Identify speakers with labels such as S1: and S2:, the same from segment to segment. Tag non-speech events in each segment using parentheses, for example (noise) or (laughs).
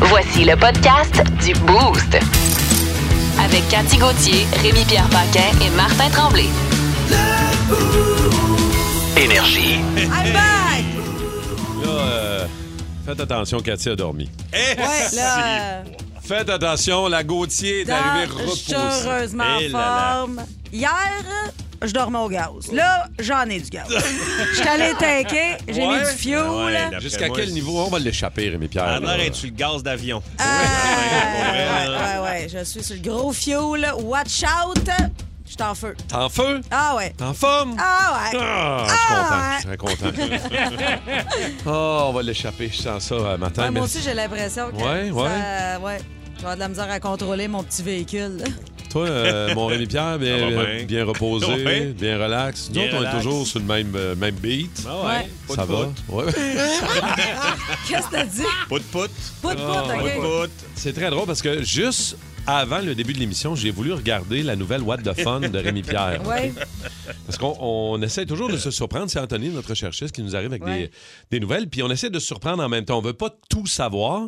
S1: Voici le podcast du Boost. Avec Cathy Gauthier, Rémi-Pierre Paquin et Martin Tremblay.
S2: Énergie.
S3: Là, euh, faites attention, Cathy a dormi.
S4: Ouais, là, euh,
S3: Faites attention, la Gauthier est arrivée reposée.
S4: dangereusement
S3: Eh
S4: en
S3: là là.
S4: forme. Hier, je dormais au gaz. Là, j'en ai du gaz. Je suis allée tanker, j'ai
S5: Ouais?
S4: mis du Euh, fuel.
S5: Ouais, là.
S3: Jusqu'à
S5: Moi,
S3: quel niveau? On va l'échapper, Rémi Pierre.
S5: La mère est-tu le gaz d'avion?
S4: Ah,
S5: Ouais,
S4: ouais, ouais, ouais, je suis sur le gros fuel. Watch out! Je suis en feu.
S3: T'es en feu?
S4: Ah ouais.
S3: T'es en forme?
S4: Ah ouais.
S3: Ah,
S4: Ah!
S3: je suis content. Je suis très content. oh, on va l'échapper. Je sens ça euh, matin.
S4: Ouais, Ben, moi
S3: mais
S4: aussi, j'ai l'impression que
S3: Ouais,
S4: ça-
S3: ouais.
S4: ouais. Je vais avoir de la misère à contrôler mon petit véhicule. (laughs)
S3: Toi, euh, mon Rémi Pierre, bien, euh,
S5: Ça va
S3: bien.
S5: bien.
S3: reposé,
S5: Ouais.
S3: bien relax. Nous
S5: Bien
S3: autres, on est
S5: relax.
S3: toujours sur le même, euh, même beat.
S5: Ah
S4: Ouais.
S5: Pas
S3: ça
S5: de
S3: va?
S5: pout.
S3: Ouais.
S4: Qu'est-ce que t'as dit?
S5: Pas de pout.
S4: Pout, pout,
S5: Pas de
S4: OK.
S5: pout.
S3: C'est très drôle parce que juste avant le début de l'émission, j'ai voulu regarder la nouvelle What the Fun de Rémi Pierre.
S4: Ouais.
S3: Parce qu'on on essaie toujours de se surprendre. C'est Anthony, notre chercheuse, qui nous arrive avec
S4: Ouais.
S3: des, des nouvelles. Puis on essaie de se surprendre en même temps. On veut pas tout savoir.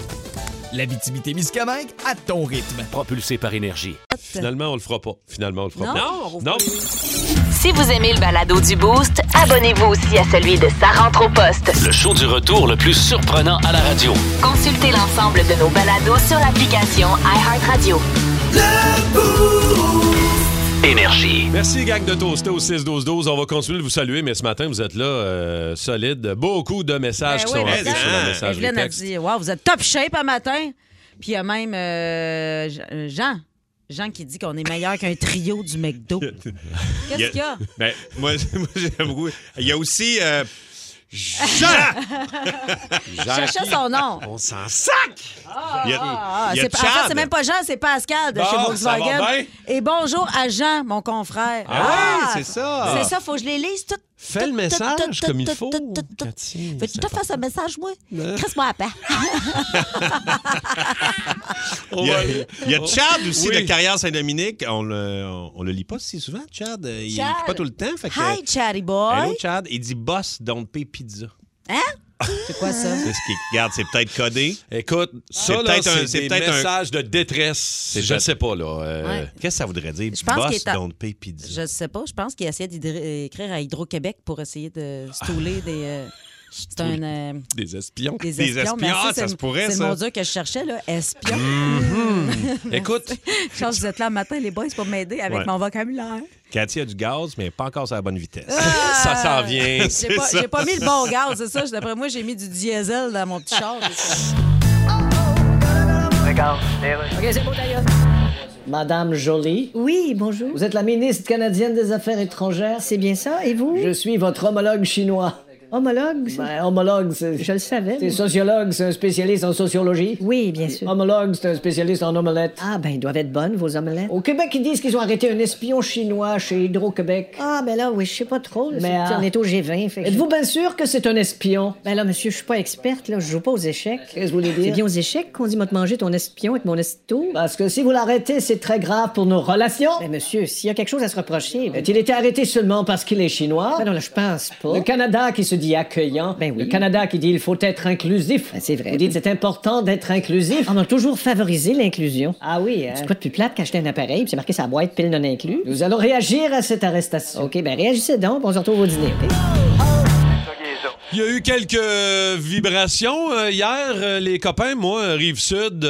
S6: L'Abitibi-Témiscamingue à ton rythme.
S2: Propulsé par énergie.
S3: Finalement, on le fera pas. Finalement, on le fera
S4: Non?
S3: pas.
S5: Non, on rouvre
S3: Non.
S1: Si vous aimez le balado du Boost, abonnez-vous aussi à celui de Sa rentre au poste.
S2: Le show du retour le plus surprenant à la radio.
S1: Consultez l'ensemble de nos balados sur l'application iHeartRadio.
S2: Énergie.
S3: Merci, gang de Toasté au 6-12-12. On va continuer de vous saluer, mais ce matin, vous êtes là, euh, solide. Beaucoup de messages
S4: Ben
S3: qui
S4: oui,
S3: sont
S4: mais
S3: rentrés
S4: ça.
S3: sur le message
S4: Evelyne a
S3: texte.
S4: dit Wow, vous êtes top shape un matin. Puis il y a même euh, Je- Jean. Jean qui dit qu'on est meilleur qu'un trio du McDo.
S5: (laughs)
S4: Qu'est-ce qu'il y a?
S5: Ben, moi, (laughs) moi j'aime beaucoup. Il y a aussi euh, Jean!
S4: Je cherchais son nom.
S5: On s'en sac! Il y a,
S4: Ah,
S5: il y a
S4: c'est pas- en fait,
S5: Chad.
S4: c'est même pas Jean, c'est Pascal de
S5: Bon,
S4: chez
S5: ça
S4: Volkswagen.
S5: va bien?
S4: Et bonjour à Jean, mon confrère.
S5: Ah,
S4: Ah,
S5: oui, c'est ça!
S4: C'est ça, faut que je les lise toutes.
S3: Fais le message comme il faut. Cathy,
S4: Veux-tu
S3: c'est
S4: te faire ce message, moi?
S5: Hein?
S4: Crisse-moi à paix.
S5: Il y a, il y
S4: (laughs)
S5: a Chad aussi
S3: Oui.
S5: de Carrière Saint-Dominique. On le, on, on le lit pas si souvent, Chad. Il
S4: Chad.
S5: ne pas tout le temps. Fait que,
S4: Hi, chatty boy.
S5: Hello, Chad. Il dit boss, don't pay pizza.
S4: Ah,
S5: Ah.
S4: Hein?
S7: C'est quoi ça?
S8: C'est ce qui garde, c'est peut-être codé.
S3: Écoute,
S8: C'est
S3: Ça, Ah, là,
S8: peut-être un-
S3: c'est,
S8: c'est
S3: des
S8: peut-être un-
S3: messages de détresse. Je
S8: peut-être-
S3: sais pas, là. euh,
S8: Ouais. Qu'est-ce que ça voudrait dire?
S4: Je pense qu'il
S8: Boss
S4: est à-
S8: don't pay pizza.
S4: Je sais pas. Je pense qu'il essayait d'écrire à Hydro-Québec pour essayer de stouler des. euh, c'est un. euh,
S3: Des espions.
S4: des espions. merci, c'est le- C'est le mot dur que je cherchais, là. Espion.
S8: Mhm. Écoute.
S4: (laughs) Charles, vous êtes là le matin, les boys, pour m'aider avec
S8: Ouais.
S4: mon vocabulaire.
S8: Cathy a du gaz, mais pas encore à la bonne vitesse.
S4: Ah!
S8: ça s'en vient.
S4: J'ai pas, j'ai pas mis le bon gaz, c'est ça. D'après moi, j'ai mis du diesel dans mon petit char.
S9: Madame Jolie. Oui, bonjour. Vous êtes la ministre canadienne des Affaires étrangères. C'est bien ça. Et vous? Je suis votre homologue chinois. Homologue? Ben, homologue, c'est... Je le savais. C'est
S6: mais-
S9: sociologue, c'est un spécialiste en sociologie. Oui, bien sûr. Homologue, c'est un spécialiste en omelette. Ah, ben, ils doivent être bonnes, vos omelettes. Au Québec, ils disent qu'ils ont arrêté un espion chinois chez Hydro-Québec. Ah, ben là, oui, je sais pas trop.
S6: Mais, euh,
S9: on est au G20, fait Êtes-vous bien sûr que c'est un espion? Ben là, monsieur, je suis pas experte, là. Je joue pas aux échecs. Qu'est-ce que vous voulez dire?
S6: C'est bien aux
S9: échecs qu'on dit m'a manger ton espion avec mon esto. Parce que si vous l'arrêtez, c'est très grave pour nos relations. Mais monsieur, s'il y a quelque chose à se reprocher. il était arrêté seulement parce qu'il est chinois. non, je pense pas. Le Canada qui se dit accueillant. Ben oui. Le Canada qui dit il faut être inclusif. c'est vrai. Vous dites c'est important d'être inclusif. On a toujours favorisé l'inclusion. Ah oui, hein? C'est quoi de plus plate qu'acheter un appareil puis c'est marqué sa boîte pile non inclus? Nous allons réagir à cette arrestation. OK, ben réagissez donc, puis on se retrouve au dîner. OK?
S3: Il y a eu quelques euh, vibrations euh, hier, euh, les copains. Moi, Rive Sud,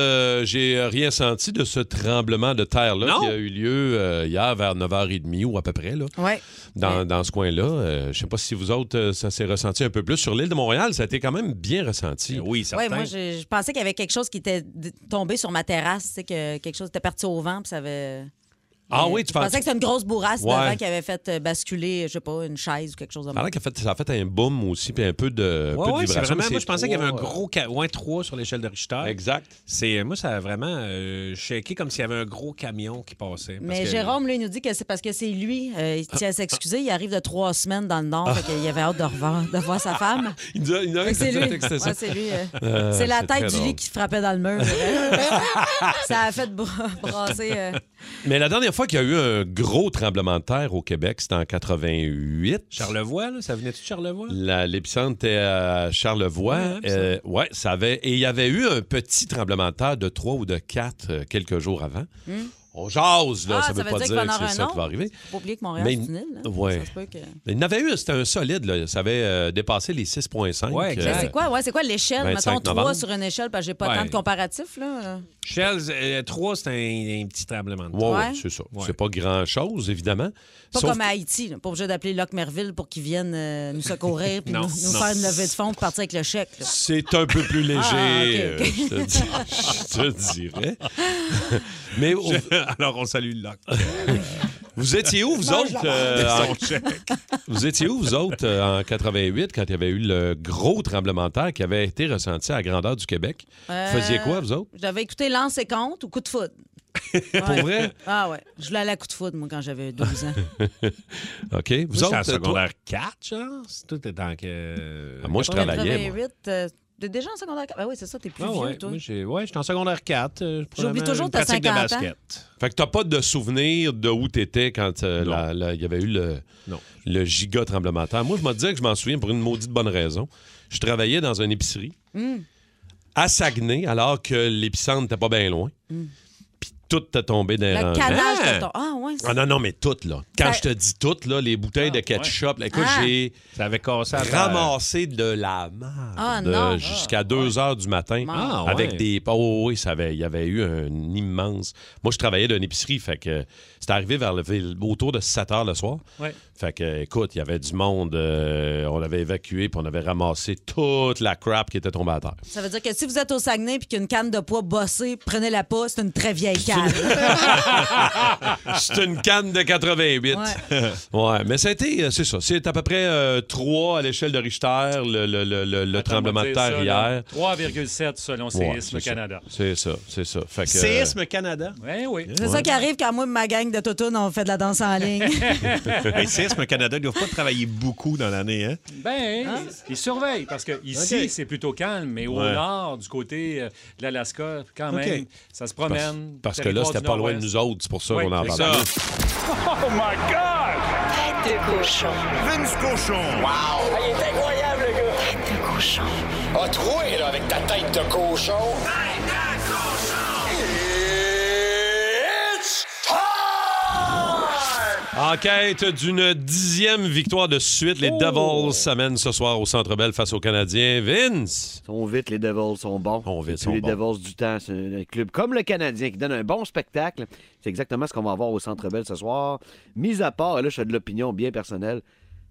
S3: j'ai euh, rien senti de ce tremblement de terre-là qui a eu lieu euh, hier vers 9h30 ou à peu près. Là,
S7: Ouais.
S3: dans, dans ce coin-là. Euh, je sais pas si vous autres, euh, ça s'est ressenti un peu plus. Sur l'île de Montréal, ça a été quand même bien ressenti.
S5: Eh
S8: Oui,
S4: Oui, moi, je, je pensais qu'il y avait quelque chose qui était d- tombé sur ma terrasse, tu sais, que quelque chose était parti au vent, puis ça avait.
S3: Ah
S4: Euh,
S3: oui, tu
S4: Je pensais que c'était une grosse bourrasse de
S3: Ouais.
S4: vent qui avait fait euh, basculer, je sais pas, une chaise ou quelque chose de
S3: Ça a
S4: même.
S3: l'air qu'en fait, ça a fait un boom aussi, puis un peu de,
S5: Ouais,
S3: peu de
S5: ouais, c'est
S3: vibration,
S5: vraiment,
S3: mais
S5: moi,
S3: c'est
S5: je pensais qu'il y avait un
S3: trois,
S5: gros ca- ouais, 3 sur l'échelle de Richter.
S3: Exact.
S5: C'est, moi, ça a vraiment euh, shaké comme s'il y avait un gros camion qui passait. parce
S4: Mais
S5: que-
S4: Jérôme, lui, il nous dit que c'est parce que c'est lui. euh, il tient à s'excuser. Il arrive de trois semaines dans le Nord. fait qu'il avait hâte de, revoir, de voir sa
S3: (laughs)
S4: femme.
S3: Il nous a- il nous a-
S4: Fait que C'est
S3: il
S4: lui.
S3: nous a texté ça.
S4: Ouais, c'est lui, euh.
S3: (laughs) Euh,
S4: c'est la
S3: c'est très
S4: tête du
S3: drôle.
S4: lit qui se frappait dans le mur. (laughs) ça a fait bra- brasser. euh.
S3: Mais la dernière fois qu'il y a eu un gros tremblement de terre au Québec, c'était en 88.
S5: Charlevoix, là, ça venait de Charlevoix?
S3: La- L'épicentre était à Charlevoix.
S5: Ouais,
S3: Euh, ouais, ça avait. Et il y avait eu un petit tremblement de terre de 3 ou de 4 euh, quelques jours avant.
S4: Hmm.
S3: On jase, là.
S4: Ah,
S3: ça ne veut pas
S4: qu'il va
S3: dire
S4: en
S3: que
S4: avoir
S3: c'est
S4: un
S3: ça qui
S4: autre.
S3: va arriver.
S4: Faut pas oublier que Montréal,
S3: Mais-
S4: c'est une île. là.
S3: Ouais.
S4: Ça se peut que-
S3: Mais il y en avait eu, c'était un solide, là. Ça avait euh, dépassé les 6,5.
S5: Ouais,
S4: Mais C'est quoi, ouais, c'est quoi l'échelle?
S3: 25
S4: Mettons trois
S3: novembre.
S4: sur une échelle, parce que j'ai pas
S5: Ouais.
S4: tant de comparatifs. Là.
S5: Shells, 3, Euh, c'est un, un petit tremblement de terre.
S3: Wow,
S4: Ouais.
S3: c'est ça. C'est pas grand-chose, évidemment.
S4: Pas
S3: Sauf
S4: comme à Haïti, là. pas obligé d'appeler Locke Merville pour qu'ils viennent euh, nous secourir, puis
S3: Non,
S4: nous, nous
S3: non.
S4: faire une levée de fonds, puis partir avec le chèque. là.
S3: C'est un peu plus léger,
S4: Ah, ok,
S3: euh,
S4: ok.
S3: je, te dis- je te dirais. Mais
S5: (laughs) alors on salue le lac.
S3: Vous étiez où vous
S5: Mange
S3: autres
S5: la
S3: euh,
S5: marde.
S3: en-
S5: Son chèque.
S3: Vous étiez où vous autres euh, en 88 quand il y avait eu le gros tremblement de terre qui avait été ressenti à la grandeur du Québec
S4: Euh,
S3: Vous faisiez quoi vous autres
S4: J'avais écouté Lance et Compte ou Coup de foudre.
S3: Pour vrai
S4: Ah ouais. Je voulais aller à Coup de foudre, moi, quand j'avais 12 ans.
S3: OK, vous
S5: Moi, j'étais
S3: autres
S5: en
S3: euh, toi-
S5: secondaire 4, genre. C'est Tout est en que.
S3: Ah, moi, je travaillais, moi.
S4: 88, euh, t'es déjà en secondaire. Ah oui, c'est ça, t'es plus
S5: Ah
S4: vieux,
S5: ouais,
S4: toi.
S5: moi, j'ai- ouais, j'étais en secondaire 4. euh, probablement
S4: toujours
S5: une
S4: ta
S5: pratique
S4: 50 ans.
S5: de basket.
S3: Fait que t'as pas de souvenir de où t'étais quand euh, la- la- il y avait eu le, le giga tremblement de terre. Moi, je me disais que je m'en souviens pour une maudite bonne raison. Je travaillais dans une épicerie
S4: Mm.
S3: à Saguenay, alors que l'épicentre n'était pas bien loin.
S4: Mm.
S3: Puis tout t'a tombé dans les
S4: Le
S3: rangs.
S4: canage de ton- Ah ouais. c'est-
S3: Ah non, non, mais toutes, là. Quand
S4: Ça-
S3: je te dis toutes, là, les bouteilles de ketchup, là, écoute,
S4: Ah.
S3: j'ai
S5: ça avait cassé
S4: à terre.
S3: ramassé de la merde
S4: Ah non.
S3: jusqu'à 2 heures du matin.
S5: Ah, ouais.
S3: avec des... Oh oui, ça avait- il y avait eu un immense... Moi, je travaillais dans une épicerie, fait que c'était arrivé vers le... autour de 7 heures le soir.
S5: Ouais.
S3: Fait que, écoute, il y avait du monde, euh, on l'avait évacué, puis on avait ramassé toute la crap qui était tombée à terre.
S4: Ça veut dire que si vous êtes au Saguenay puis qu'une canne de poids bossée, prenez-la pas, c'est une très vieille canne.
S3: C'est une canne de 88. (laughs) Ouais, mais c'était, c'est ça. C'est à peu près 3 à l'échelle de Richter, le, le- le- le- le tremblement de
S10: C'est
S3: terre
S10: ça, là,
S3: hier.
S10: 3,7 selon
S3: Ouais,
S10: Séisme
S3: c'est ça.
S10: Canada.
S3: C'est ça, c'est ça. Fait que,
S5: Séisme Canada.
S3: (laughs)
S10: Oui, oui.
S4: (laughs) C'est ça qui arrive quand moi et ma gang de Totoun, on fait de la danse en ligne.
S8: hey, Séisme Canada, ils doivent pas travailler beaucoup dans l'année, hein?
S10: Ben, ils surveillent parce que ici,
S8: Ok.
S10: c'est plutôt calme, mais au
S8: Ouais.
S10: nord, du côté euh, de l'Alaska, quand
S8: Ok.
S10: même, ça se promène.
S3: euh, Parce, parce que là,
S10: Territoire
S3: c'était
S10: du
S3: pas loin de
S10: Nord-Ouest.
S3: nous autres, c'est pour ça
S10: Oui,
S3: qu'on en
S10: c'est
S3: parlait.
S11: Oh my God! Tête de cochon. Vince Cochon. Wow! il est incroyable, le gars! Tête de cochon.
S12: cochon. A troué, là, avec ta tête de cochon. Tête de cochon! It's
S3: En quête d'une dixième victoire de suite, les Devils s'amènent ce soir au Centre Bell face aux Canadiens. Vince!
S10: Sont vite, les Devils sont bons. Sont vite,
S3: sont
S10: les
S3: bons.
S10: Devils du temps, c'est un club comme le Canadien qui donne un bon spectacle. C'est exactement ce qu'on va avoir au Centre Bell ce soir. Mis à part, et là, je fais de l'opinion bien personnelle,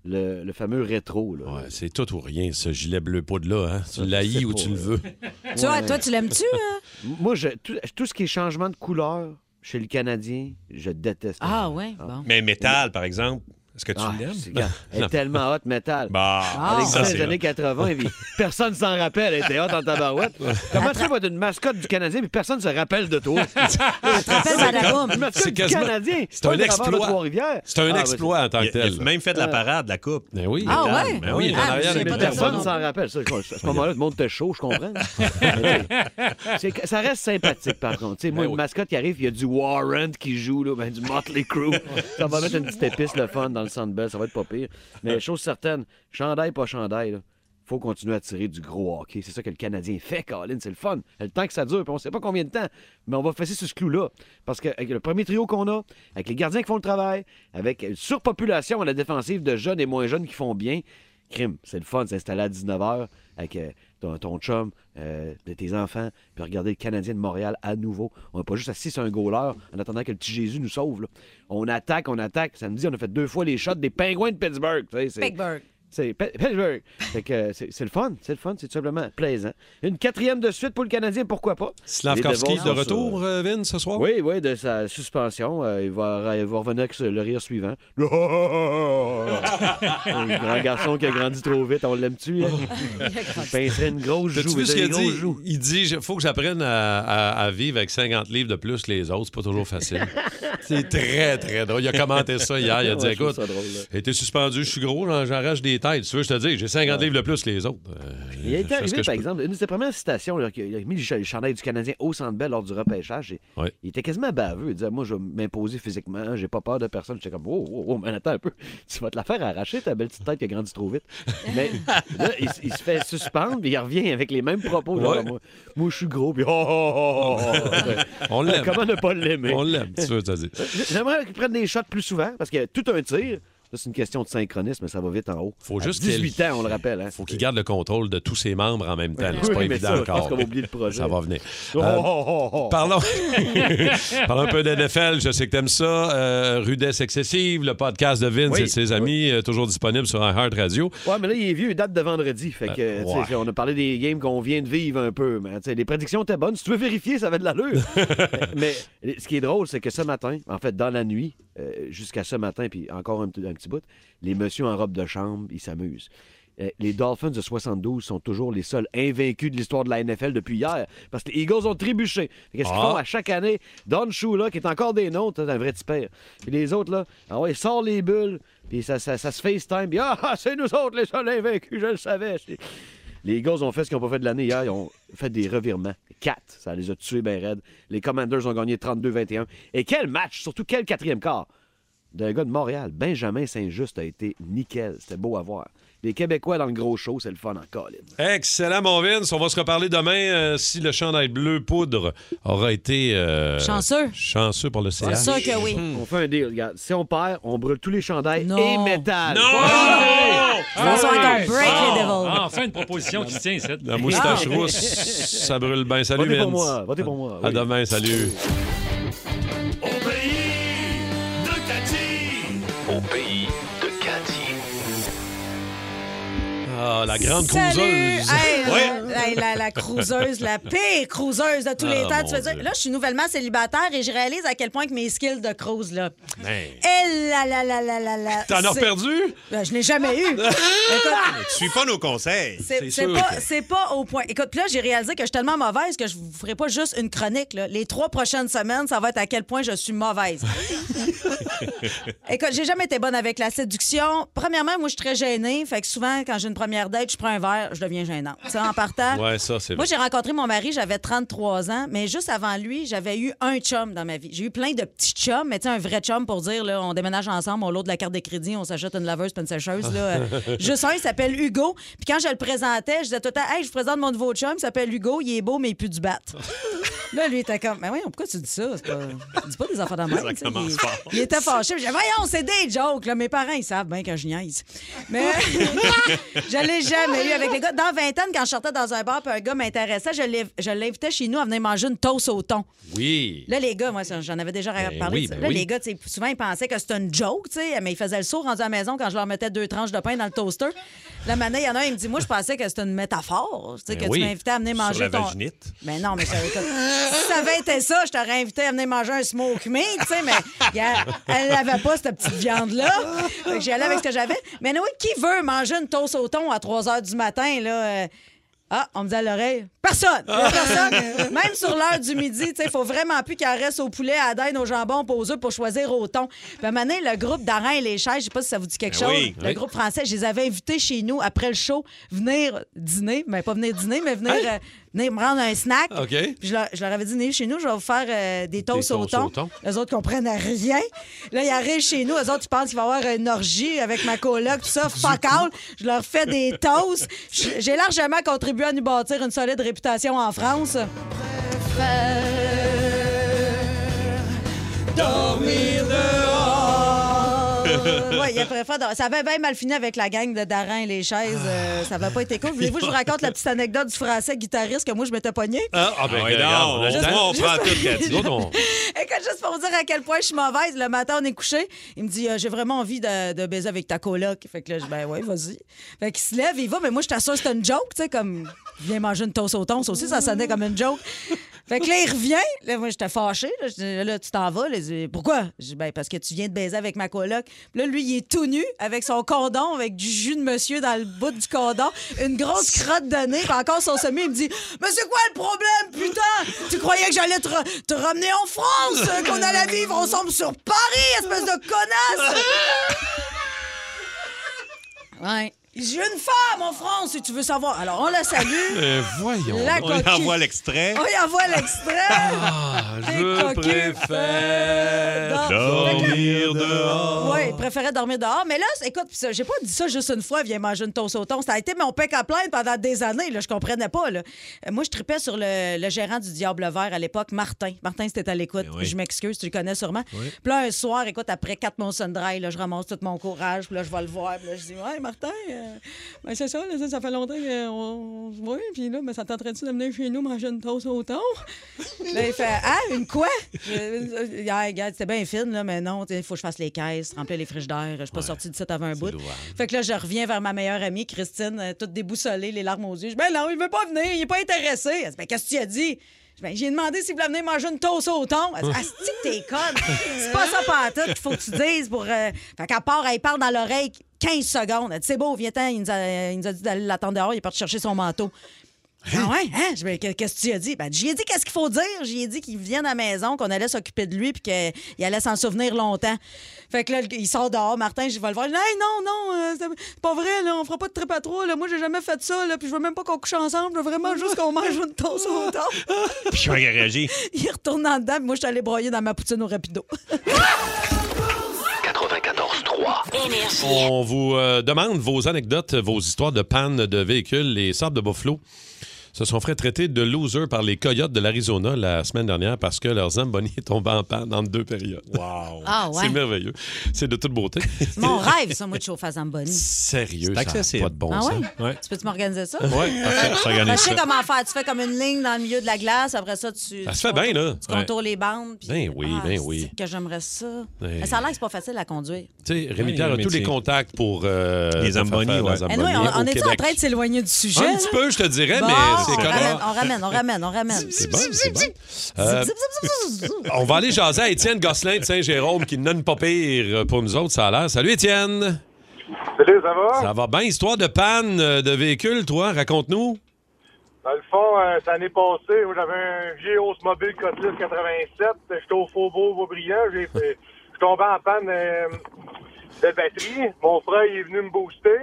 S10: le, le fameux rétro. Là.
S3: Ouais, c'est tout ou rien, ce gilet bleu poudre là. Hein? Tu l'haïs ou tu le veux.
S10: euh,
S4: Tu vois, toi, tu l'aimes-tu, hein?
S10: Moi, je, tout, tout ce qui est changement de couleur chez le Canadien, je déteste.
S4: Ah, ouais, bon.
S13: Mais métal, par exemple, est-ce que tu
S10: Ah,
S13: l'aimes?
S10: c'est- Elle est tellement hot métal.
S13: Bah,
S10: Ah, Elle
S13: ça,
S10: existait dans
S13: c'est
S10: les années
S13: hot.
S10: 80, puis personne s'en rappelle. Elle était hot en tabarouette. Comment tu peux être une mascotte du Canadien, puis personne se rappelle de (laughs) toi?
S13: rappelle Badaboum.
S10: Une mascotte
S13: C'est
S10: du
S13: quasiment-
S10: Canadien.
S13: c'est un
S10: pas le
S13: exploit.
S10: Draveur de Trois-Rivières.
S3: C'est un
S10: Ah,
S3: exploit en tant
S13: Il
S3: que
S13: a- il a
S3: tel.
S13: même fait la
S4: Euh.
S13: parade, la coupe.
S3: Mais oui.
S10: Ah
S13: Métal.
S10: ouais?
S13: Ben oui, il est
S10: Ah,
S13: en arrière
S10: je
S13: de
S10: sais pas
S13: métal.
S10: Personne ne s'en rappelle. Ça, je- à ce moment-là, tout le monde était chaud, je comprends. Mais tu sais, c'est- ça reste sympathique, par contre. Tu sais, moi, une mascotte qui arrive, il y a du Warrant qui joue, là, ben, du Motley Crue. Ça va mettre une petite épice, le fun, dans le Sandbell. Ça va être pas pire. Mais chose certaine, chandail, pas chandail, là, faut continuer à tirer du gros hockey. C'est ça que le Canadien fait, Colin. C'est le fun. Le temps que ça dure, puis on sait pas combien de temps. Mais on va fesser sur ce clou-là. Parce que avec le premier trio qu'on a, avec les gardiens qui font le travail, avec une surpopulation à la défensive de jeunes et moins jeunes qui font bien, crime, c'est le fun de s'installer à 19h avec euh, ton, ton chum, euh, de tes enfants, puis regarder le Canadien de Montréal à nouveau. On n'est pas juste assis sur un goaler en attendant que le petit Jésus nous sauve. là. On attaque, on attaque. Samedi, on a fait deux fois les shots des pingouins de Pittsburgh. Tu sais, c'est-
S4: Pittsburgh.
S10: C'est Pe- Pittsburgh. Fait que, euh, c'est c'est le fun, c'est le fun, c'est tout simplement plaisant. Une quatrième de suite pour le Canadien, pourquoi pas? Les
S3: Slavkovski
S10: Devils
S3: de
S10: sont sur-
S3: retour, euh, Vince, ce soir?
S10: oui, oui, de sa suspension. euh, il, va, il va revenir avec ce- le rire
S3: (laughs)
S10: suivant.
S3: Oh,
S10: Le Un grand garçon qui a grandi trop vite, on l'aime-tu? hein? Il pincerait une grosse
S3: T'as-tu
S10: joue.
S3: vu ce
S10: une
S3: qu'il a
S10: grosse
S3: dit?
S10: joue.
S3: Il dit je- faut que j'apprenne à, à- à vivre avec 50 livres de plus que les autres. C'est pas toujours
S13: (laughs)
S3: facile. C'est très, très drôle. Il a commenté ça hier. Ah, Il a dit
S10: Ouais, je trouve
S3: écoute,
S10: ça drôle, là.
S3: j'ai été suspendu, je suis gros, j'en- j'arrache des têtes. Tu veux, que je te dis, j'ai 50 livres de plus que les autres. Euh,
S10: Il a été
S3: je fais ce que
S10: arrivé,
S3: je
S10: par
S3: peux.
S10: exemple, une de ses premières citations, là, qu'il a mis le ch- le chandail du Canadien au centre belle lors du repêchage. et- Il était quasiment baveux. Il disait Moi, je vais m'imposer physiquement, j'ai pas peur de personne. J'étais comme Oh, oh, oh, mais attends un peu. (laughs) Tu vas te la faire arracher, ta belle petite tête qui a grandi trop vite. Mais là, il, s- il se fait suspendre, puis il revient avec les mêmes propos. genre,
S3: Ouais.
S10: moi, moi, je suis gros, puis oh, oh, oh, oh, oh.
S3: On l'aime.
S10: Comment ne pas l'aimer
S3: On l'aime, tu veux, t'as dit.
S10: J'aimerais qu'ils prennent des shots plus souvent, parce que tout un tir, ça, c'est une question de synchronisme, ça va vite en haut.
S3: Faut
S10: À
S3: juste
S10: 18 ans, on le rappelle. Hein.
S3: Faut qu'il garde le contrôle de tous ses membres en même temps.
S10: Oui.
S3: là. C'est pas
S10: Oui, mais
S3: évident
S10: ça, je
S3: encore.
S10: pense qu'on va oublier le projet.
S3: Ça va venir.
S10: Oh,
S3: Euh,
S10: oh, oh, oh.
S3: (laughs) Parlons. Parlons un peu d'NFL. Je sais que t'aimes ça. Euh, Rudesse excessive, le podcast de Vince
S10: Oui.
S3: et de ses amis, euh, toujours disponible sur iHeart Radio.
S10: Ouais, mais là, il est vieux, il date de vendredi. Fait que,
S3: Euh,
S10: tu sais,
S3: ouais.
S10: on a parlé des games qu'on vient de vivre un peu. Mais, tu sais, les prédictions étaient bonnes. Si tu veux vérifier, ça avait de
S3: (laughs)
S10: l'allure. mais mais ce qui est drôle, c'est que ce matin, en fait, dans la nuit, euh, jusqu'à ce matin, puis encore un, petit- un petit bout, les messieurs en robe de chambre, ils s'amusent. Euh, Les Dolphins de 72 sont toujours les seuls invaincus de l'histoire de la NFL depuis hier parce que les Eagles ont trébuché. Fait que Qu'est-ce qu'ils
S3: Ah.
S10: font à chaque année? Don Shula, qui est encore des nôtres, c'est un vrai type. Puis les autres, là, ah ouais, il sort les bulles, puis ça, ça, ça se FaceTime, puis ah, ah, c'est nous autres les seuls invaincus, je le savais. C'est- Les Eagles ont fait ce qu'ils n'ont pas fait de l'année hier, ils ont fait des revirements. Quatre, ça les a tués bien raides. Les Commanders ont gagné 32-21. Et quel match, surtout quel quatrième quart d'un gars de Montréal, Benjamin Saint-Just, a été nickel. C'était beau à voir. Les Québécois dans le gros show, c'est le fun en colline.
S3: Excellent, mon Vince. On va se reparler demain euh, si le chandail bleu poudre aura été euh,
S10: Chanceux.
S3: Chanceux pour le CH.
S10: On fait un deal, regarde. Si on perd, on brûle tous les chandails et métal. Non! Ah,
S14: Enfin, une proposition qui se tient, cette.
S3: La moustache
S2: Ah!
S3: rousse, ça brûle bien. Salut,
S14: Votez
S3: Vince.
S14: pour moi, votez pour moi,
S10: Ah
S3: À
S14: oui.
S3: demain, salut.
S12: Au pays de Cathy. Au pays de Cathy.
S3: Ah, la grande
S4: Salut!
S3: cruiseuse.
S4: Hey,
S3: (laughs) Ouais.
S4: la, la- la- la cruiseuse, la pire cruiseuse de tous les
S3: Ah,
S4: temps.
S3: mon
S4: Tu fais dire,
S3: Dieu.
S4: là, je suis nouvellement célibataire et je réalise à quel point que mes skills de cruise, là.
S13: Ben,
S4: Elle, la, la, la, la, la, la.
S13: T'en as
S4: c'est-
S13: reperdu?
S4: Ben, je n'ai jamais
S13: (laughs)
S4: eu.
S13: Tu suis pas nos conseils.
S4: C'est c'est
S13: sûr
S4: pas,
S13: que-
S4: c'est pas au point. Écoute, puis là, j'ai réalisé que je suis tellement mauvaise que je vous ferai pas juste une chronique. là. Les trois prochaines semaines, ça va être à quel point je
S13: (laughs)
S4: suis mauvaise. Écoute, j'ai jamais été bonne avec la séduction. Premièrement, moi, je suis très gênée. Fait que souvent, quand j'ai une première date, je prends un verre, je deviens gênante. Tu sais, en partant, longtemps.
S3: Ouais, ça, c'est
S4: Moi,
S3: vrai.
S4: j'ai rencontré mon mari, j'avais 33 ans, mais juste avant lui, j'avais eu un chum dans ma vie. J'ai eu plein de petits chums, mais tu sais, un vrai chum pour dire, là, on déménage ensemble, on l'autre de la carte de crédit, on s'achète une laveuse puis une sécheuse. Là.
S3: (laughs)
S4: Euh, juste un, il s'appelle Hugo. Puis quand je le présentais, je disais tout le temps, hey, je vous présente mon nouveau chum, il s'appelle Hugo, il est beau, mais il pue du bat. là, lui, il était comme, mais voyons, pourquoi tu dis ça? C'est Pas... Dis pas des enfants d'enfants.
S11: Ça commence fort.
S4: Il était fâché. Je disais, voyons, c'est des jokes. Là. Mes parents, ils savent bien quand je niaise. Mais (laughs) j'allais jamais eu avec les gars. Dans vingtaine, quand je sortais dans un bar puis un gars m'intéressait, je l'ai- je l'invitais chez nous à venir manger une toast au thon.
S3: Oui.
S4: Là, les gars, moi, ça, j'en avais déjà
S3: Ben
S4: parlé.
S3: oui,
S4: de ça.
S3: ben
S4: là,
S3: oui.
S4: les gars, tu sais, souvent, ils pensaient que c'était une joke, tu sais, mais ils faisaient le saut rendu à la maison quand je leur mettais deux tranches de pain dans le toaster. Là, maintenant, il y en a un, il me dit, moi, je pensais que c'était une métaphore, tu sais,
S13: Ben
S4: que
S13: oui.
S4: tu m'invitais à venir
S13: Sur
S4: manger
S13: la
S4: ton.
S13: vaginite.
S4: Mais non, mais ça avait comme- si ça avait été ça, je t'aurais invité à venir manger un smoke meat, tu sais, mais gars, elle n'avait pas cette petite viande-là. Fait que J'y allais avec ce que j'avais. Mais oui, qui veut manger une toast au thon à 3 h du matin, là? euh, ah, on me dit à l'oreille, personne! Personne! Même sur l'heure du midi, il faut vraiment plus qu'il en reste au poulet, à la dinde, au jambon, aux œufs pour choisir au thon. Puis à un moment donné, le groupe d'Arin et les Chaises, je sais pas si ça vous dit quelque
S11: Ben
S4: chose,
S11: oui,
S4: le
S11: oui.
S4: groupe français, je les avais invités chez nous après le show, venir dîner, mais pas venir dîner, mais venir, euh, venir me rendre un snack.
S3: OK.
S4: Puis je leur, je leur avais dit, venez chez nous, je vais vous faire euh, des toasts au
S3: toasts
S4: thon.
S3: au thon.
S4: Les autres comprennent rien. Là, ils arrivent chez nous, eux autres, ils pensent qu'il va y avoir une orgie avec ma coloc, tout ça, fuck all. Je leur fais des toasts. J- J'ai largement contribué à nous bâtir une solide réputation en France. Dormir dehors. Ouais, il préfère dehors. Ça avait bien mal fini avec la gang de Darin et les chaises. euh, ça avait pas été cool. Voulez-vous que je vous raconte la petite anecdote du français guitariste que moi, je m'étais pogné?
S3: Ah, ah, ben,
S13: Ah oui,
S3: regarde,
S13: non,
S3: on a le
S13: juste-
S3: temps.
S13: juste-
S3: Cathy. Nous autres, on-
S4: Écoute, juste pour vous dire à quel point je suis mauvaise, le matin, on est couché. Il me dit euh, J'ai vraiment envie de, de baiser avec ta coloc. Fait que là, je dis Ben ouais, vas-y. Fait qu'il se lève, il va, mais moi, je t'assure, c'est une joke, tu sais, comme viens manger une toast au thon. Ça aussi, ça sonnait comme une joke. Fait que là, il revient. Là, moi, j'étais fâchée. Là, je dis, là, tu t'en vas. Là, il dit, Pourquoi Je dis Ben parce que tu viens de baiser avec ma coloc. Puis là, lui, il est tout nu, avec son condom, avec du jus de monsieur dans le bout du condom, une grosse crotte de nez, puis encore son sommet. Il me dit Mais c'est quoi le problème, putain Tu croyais que j'allais te, re- te ramener en France, euh, qu'on allait vivre ensemble sur Paris, espèce de connasse Ouais. Il dit, J'ai une femme en France, si tu veux savoir. Alors, on la salue.
S13: Euh, voyons.
S4: La
S13: on lui
S4: coquille.
S13: envoie l'extrait.
S4: On y envoie l'extrait.
S13: Ah,
S4: je
S13: préfère dormir
S11: Oh.
S13: dehors.
S4: Oui, il préférait dormir dehors. Mais là, c'est- écoute, pis ça, j'ai pas dit ça juste une fois, viens manger une toast au thon. Ça a été mon pec à plaindre pendant des années. Là, je comprenais pas. Là. Euh, Moi, je tripais sur le, le gérant du Diable Vert à l'époque, Martin. Martin, c'était à l'écoute.
S11: Ben oui.
S4: Je m'excuse, tu le connais sûrement.
S11: Oui.
S4: Puis là, un soir, écoute, après quatre Monson Dry, là, je ramasse tout mon courage. Puis là, je vais le voir. Puis là, je dis, ouais, Martin, euh, ben, c'est ça, là, ça, ça fait longtemps qu'on on se voit. Puis là, ben, ça tenterait-tu de venir chez nous manger une toast au thon? (laughs) Là, il fait Ah, une quoi? Euh, euh, Ah, regarde, c'était bien fine, là, mais non, il faut que je fasse les caisses, remplir les frigidaires. Je suis pas sortie de 7 avant un bout. Fait que là, je reviens vers ma meilleure amie, Christine, euh, toute déboussolée, les larmes aux yeux. Je dis Ben non, il veut pas venir, il est pas intéressé. Elle dit Ben qu'est-ce que tu as dit? Je dis, Ben, j'ai demandé s'il voulait venir manger une toast au thon. Elle dit Ah, c'est-tu que t'es conne? C'est pas ça, pantoute, qu'il faut que tu dises pour. euh, Fait qu'à part, elle parle dans l'oreille 15 secondes. Elle dit C'est beau, viens-t'en, il, nous a- il nous a dit d'aller l'attendre dehors, il est parti chercher son manteau. Ah ouais, hein? Je me- que- Qu'est-ce que tu as dit? Ben, j'y ai dit qu'est-ce qu'il faut dire. J'y ai dit qu'il vienne à la maison, qu'on allait s'occuper de lui puis qu'il allait s'en souvenir longtemps. Fait que là, le- il sort dehors, Martin, je vais le voir. Je dis, Hey, non, non, euh, c'est- c'est pas vrai, là, on fera pas de trip à trois. Là. Moi, j'ai jamais fait ça, là, puis je veux même pas qu'on couche ensemble. Je veux vraiment juste qu'on mange une toast au thon.
S13: Puis comment il a réagi?
S4: Il retourne en dedans, puis moi, je suis allée broyer dans ma poutine au rapido.
S3: On vous euh, demande vos anecdotes, vos histoires de panne de véhicules. Les sables de Buffalo se sont fait traiter de losers par les coyotes de l'Arizona la semaine dernière parce que leur Zamboni (laughs) est tombé en panne en deux périodes. Wow!
S4: Ah ouais.
S3: C'est merveilleux. C'est de toute beauté.
S4: Mon rêve, ça, moi, de chauffer à Zamboni.
S3: Sérieux, ça n'a pas de bon
S4: ah
S3: sens.
S4: ouais? Tu peux-tu m'organiser ça?
S10: Euh,
S3: Ouais, parfait, je t'organise
S4: Ben, Je sais
S3: ça.
S4: comment faire. Tu fais comme une ligne dans le milieu de la glace, après ça, tu.
S3: Ça
S4: tu
S3: se fait bien, là.
S4: Tu contours les bandes. puis-
S3: Ben oui,
S4: Ah,
S3: ben
S4: c'est
S3: oui. Ben
S4: Que j'aimerais ça.
S3: Hey.
S4: Mais Ça a l'air que c'est pas facile à conduire.
S3: Tu sais, Rémi Pierre a
S13: Ouais,
S3: tous les
S13: métier.
S3: contacts pour.
S13: Les
S3: euh, pour faire
S13: Zamboni,
S3: faire la
S13: ouais.
S4: Eh,
S3: Zamboni
S4: nous, on,
S3: au
S4: on est-tu en
S3: Québec.
S4: train de s'éloigner du sujet?
S3: Un
S4: là?
S3: petit peu, je te dirais,
S4: Bon,
S3: mais c'est
S4: on ramène,
S3: correct.
S4: on ramène, on ramène, on ramène.
S3: C'est bon, c'est bon. Euh, on va aller jaser à Étienne Gosselin de Saint-Jérôme, qui n'en pas pire pour nous autres, ça a l'air. Salut Étienne!
S15: Salut, ça va?
S3: Ça va bien? Histoire de panne euh, de véhicule, toi, raconte-nous.
S15: Dans le fond, euh, ça n'est passé. Moi, j'avais un vieux Oldsmobile Cutlass 87. J'étais au Faubourg Beaubriand. J'ai fait- Je suis tombé en panne euh, de batterie. Mon frère il est venu me booster.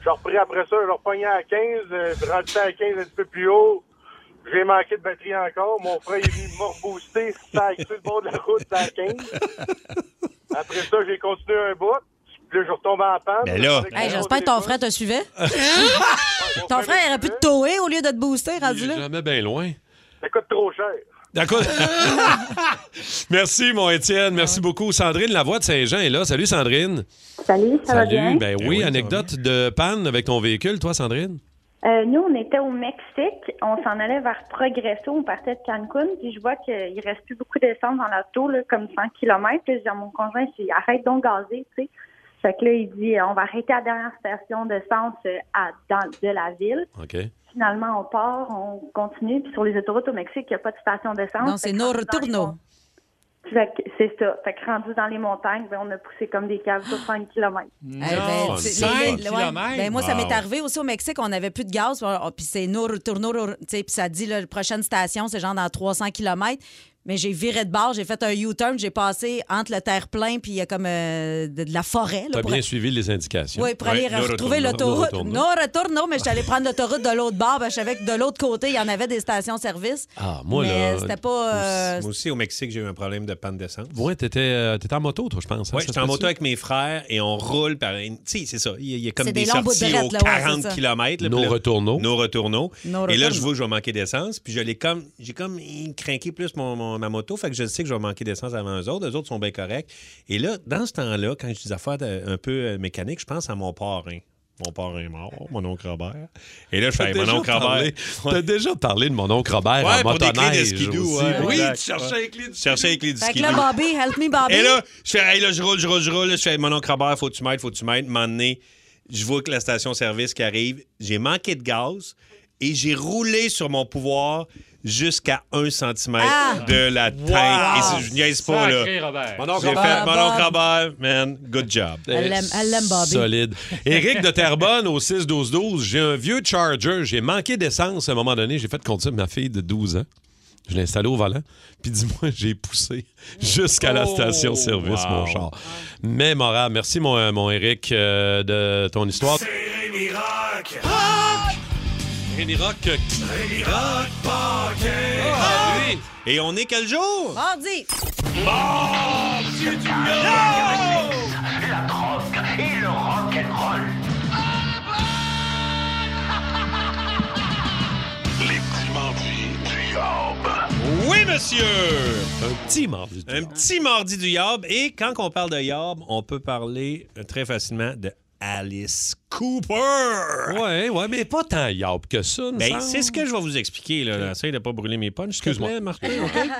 S15: Je J'ai repris après ça, j'ai repogné à 15, euh, j'ai rendu à 15 un petit peu plus haut. J'ai manqué de batterie encore. Mon frère il est venu me rebooster. C'était à- sur le bord de la route, c'était à 15. Après ça, j'ai continué un bout. Puis là, je retombe en panne.
S4: Hey, j'espère que ton frère te
S3: (laughs)
S4: suivait. ton frère aurait pu te toer au lieu de te booster, rendu là.
S3: Jamais bien loin.
S15: Ça coûte trop cher.
S3: D'accord. (laughs) Merci, mon Étienne. Merci beaucoup. Sandrine Lavoie de Saint-Jean est là. Salut, Sandrine.
S16: Salut, ça va bien?
S5: Eh
S3: Ben oui, anecdote de panne avec ton véhicule, toi, Sandrine?
S16: Euh, nous, on était au Mexique. On s'en allait vers Progresso. On partait de Cancun. Puis je vois qu'il reste plus beaucoup d'essence dans l'auto, là, comme 100 km. Puis je dis à mon conjoint, je dis, arrête donc de gazer, tu sais. Fait que là, il dit, on va arrêter à la dernière station d'essence euh, à, dans, de la ville.
S3: OK.
S16: Finalement, on part, on continue. Puis sur les autoroutes au Mexique, il n'y a pas de station d'essence.
S4: Non, c'est
S16: Fait que
S4: no
S16: rendu dans les
S4: retourno.
S16: mon- Fait que C'est ça. Fait que rendu dans les montagnes, ben, on a poussé comme des caves sur 5 km.
S4: Eh ben, tu- les- les- ouais. Ben, moi, ça m'est
S16: Wow.
S4: arrivé aussi au Mexique. On n'avait plus de gaz. puis on- Puis c'est no retourno. ro- tu sais, Puis ça dit, là, la prochaine station, c'est genre dans 300 km. Mais j'ai viré de bord, j'ai fait un U-turn, j'ai passé entre le terre-plein, puis il y a comme euh, de, de la forêt. là,
S3: T'as
S4: pour-
S3: bien suivi les indications.
S4: Oui, pour aller
S3: Ouais, nous
S4: retrouver
S3: retournons, nous
S4: l'autoroute.
S3: retournons.
S4: Non, retourne, non, mais j'étais allée prendre l'autoroute de l'autre bord. Ben, je savais que de l'autre côté, il y en avait des stations-service.
S3: Ah, moi,
S4: mais
S3: là,
S4: c'était pas. euh,
S5: Moi aussi, au Mexique, j'ai eu un problème de panne d'essence.
S3: Ouais, t'étais euh, t'étais en moto, toi, je pense. hein,
S5: Oui,
S3: ça
S5: j'étais
S3: se
S5: en
S3: peut-tu?
S5: moto avec mes frères et on roule par. une- Tu sais, c'est ça. Il y a- il y a comme
S3: C'est
S5: des,
S3: des longs bouts de
S5: sorties
S3: droite,
S5: aux
S3: là, ouais, c'est
S5: 40
S3: ça.
S5: km.
S3: Nos
S5: retourneaux. Nos retourneaux.
S3: Nos
S5: Et là, je
S3: retourneaux.
S5: vois que je vais manquer d'essence. Puis je l'ai comme. J'ai comme craqué plus mon, mon- ma moto. Fait que je sais que je vais manquer d'essence avant eux autres. Eux autres sont bien corrects. Et là, dans ce temps-là, quand j'ai des affaires de- un peu euh, mécaniques, je pense à mon parrain. Mon parrain mort, mon oncle Robert. Et là, je
S3: T'as
S5: fais hey, mon
S3: déjà
S5: oncle
S3: parlé-
S5: Robert.
S3: T'as déjà parlé de mon oncle Robert
S5: Ouais,
S3: en
S5: pour des clés de
S3: motoneige
S5: skidoo,
S3: aussi.
S5: ouais,
S3: Oui,
S5: exact.
S3: tu cherchais les clés du
S5: Chercher les clés du
S4: Fait que
S5: ski.
S4: là, Bobby, help me, Bobby.
S5: Et là, je fais, hey, là, je roule, je roule, je roule. Je fais, mon oncle Robert, faut que tu m'aides, faut que tu m'aides. M'emmener. Je vois que la station-service qui arrive, j'ai manqué de gaz et j'ai roulé sur mon pouvoir jusqu'à 1 cm de la teinte. Et si je niaise pas, là.
S17: Sacré Robert.
S5: J'ai
S17: Mon oncle
S5: fait,
S17: Robert.
S5: mon oncle Robert, man, good job.
S4: Elle l'aime- elle l'aime, Bobby.
S3: Solide. Éric de Terrebonne au 6-12-12. J'ai un vieux Charger. J'ai manqué d'essence à un moment donné. J'ai fait conduire ma fille de 12 ans. Je l'ai installée au volant. Puis dis-moi, j'ai poussé jusqu'à la
S5: Oh,
S3: station-service,
S5: wow.
S3: mon char. Mémorable. Merci, mon, mon Éric, euh, de ton histoire.
S11: Rémi Rock.
S3: Rémi Rock. Ah,
S11: Rémi Rock Parquet.
S5: Et on est quel jour?
S4: Mardi.
S11: c'est du La drogue et le rock'n'roll. Les petits mendis du Yob.
S5: Oui, monsieur! Un petit mardi du Un petit mardi du Yob. Et quand on parle de Yob, on peut parler euh, très facilement de Alice Cooper!
S3: Ouais, ouais, mais pas tant Yob que ça, me
S5: Ben,
S3: semble.
S5: c'est ce que je vais vous expliquer. Là. Essaye de pas brûler mes punches.
S3: Excuse-moi.
S5: Excuse-moi,
S3: (laughs)
S5: Martin. OK?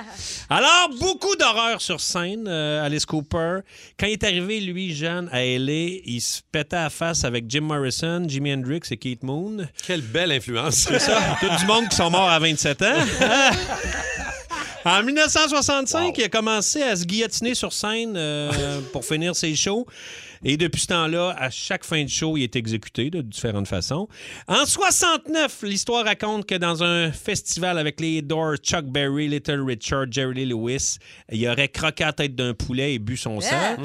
S5: Alors, beaucoup d'horreur sur scène. euh, Alice Cooper, quand il est arrivé, lui, Jeanne, à L.A., il se pétait à la face avec Jim Morrison, Jimi Hendrix et Keith Moon.
S3: Quelle belle influence. (laughs)
S5: C'est ça. Tout du monde qui sont morts à 27 ans. En 1965, il a commencé à se guillotiner sur scène euh, pour finir ses shows. Et depuis ce temps-là, à chaque fin de show, il est exécuté de différentes façons. En 69, l'histoire raconte que dans un festival avec les Doors, Chuck Berry, Little Richard, Jerry Lee Lewis, il aurait croqué la tête d'un poulet et bu son sang.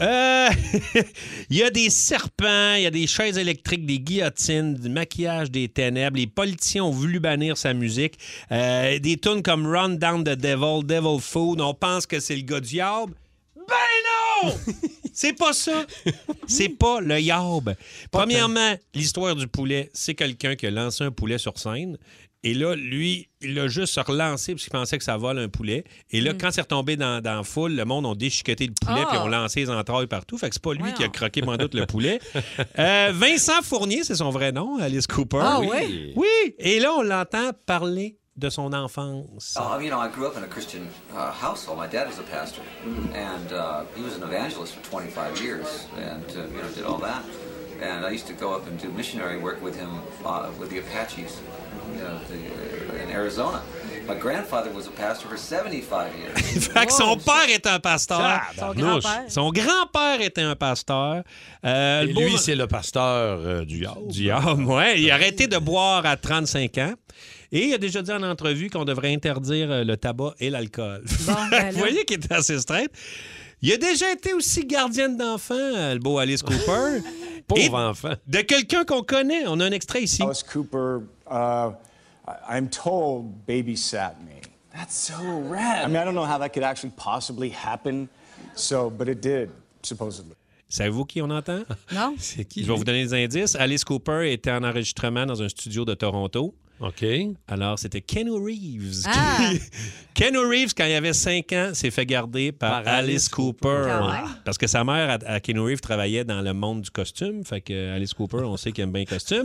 S5: Euh, (laughs) il y a des serpents, il y a des chaises électriques, des guillotines, du maquillage des ténèbres. Les politiciens ont voulu bannir sa musique. Euh, des tunes comme Run Down the Devil, Devil Food. On pense que c'est le gars du diable. Ben non! C'est pas ça. C'est pas le yob. Premièrement, l'histoire du poulet, c'est quelqu'un qui a lancé un poulet sur scène. Et là, lui, il l'a juste relancé parce qu'il pensait que ça vole un poulet. Et là, quand c'est retombé dans, dans la foule, le monde a déchiqueté le poulet
S3: Ah!
S5: puis on lancé les entrailles partout. Fait que c'est pas lui qui a croqué, mon doute, le poulet. Euh, Vincent Fournier, c'est son vrai nom, Alice Cooper.
S18: Ah
S5: oui.
S18: ouais?
S5: Oui. Et là, on l'entend parler de son enfance.
S18: Oh, you know, I grew up in a Christian uh, household. My dad was a pastor, and uh, he was an evangelist for 25 years, and uh, you know, did all that. And I used to go up and do missionary work with him uh, with the Apaches, you know, the, uh, in Arizona. My grandfather was a pastor for 75 years.
S5: (laughs) Fait que
S3: Oh,
S5: son père était un pasteur.
S18: Son grand-père.
S5: Son grand-père était un pasteur. Euh,
S3: Et
S5: beau-
S3: lui, c'est le pasteur euh, du Yob.
S5: Du homme, ouais. Il a arrêté de boire à 35 ans. Et il a déjà dit en entrevue qu'on devrait interdire euh, le tabac et l'alcool. (laughs)
S18: ben
S5: Vous voyez qu'il était assez straight. Il a déjà été aussi gardienne d'enfants, euh, le beau Alice Cooper.
S3: (laughs) Pauvre enfant.
S5: De quelqu'un qu'on connaît. On a un extrait ici.
S19: Alice Cooper, uh, I- I'm told, babysat me. That's so rad. I mean, I don't know how that could actually possibly happen, so, but it did, supposedly.
S5: Savez-vous qui on entend? (laughs)
S4: Non.
S3: C'est
S5: Je vais vous donner des indices. Alice Cooper était en enregistrement dans un studio de Toronto.
S3: OK.
S5: Alors, c'était Keanu Reeves. qui- (laughs) Keanu Reeves, quand il avait 5 ans, s'est fait garder par,
S3: Par
S5: Alice,
S3: Alice
S5: Cooper. Ah
S3: Cooper.
S5: Ouais.
S3: Quand même.
S5: Parce que sa mère, à, à Keanu Reeves, travaillait dans le monde du costume. Fait que euh, Alice Cooper, on sait qu'il aime bien le (laughs) costume.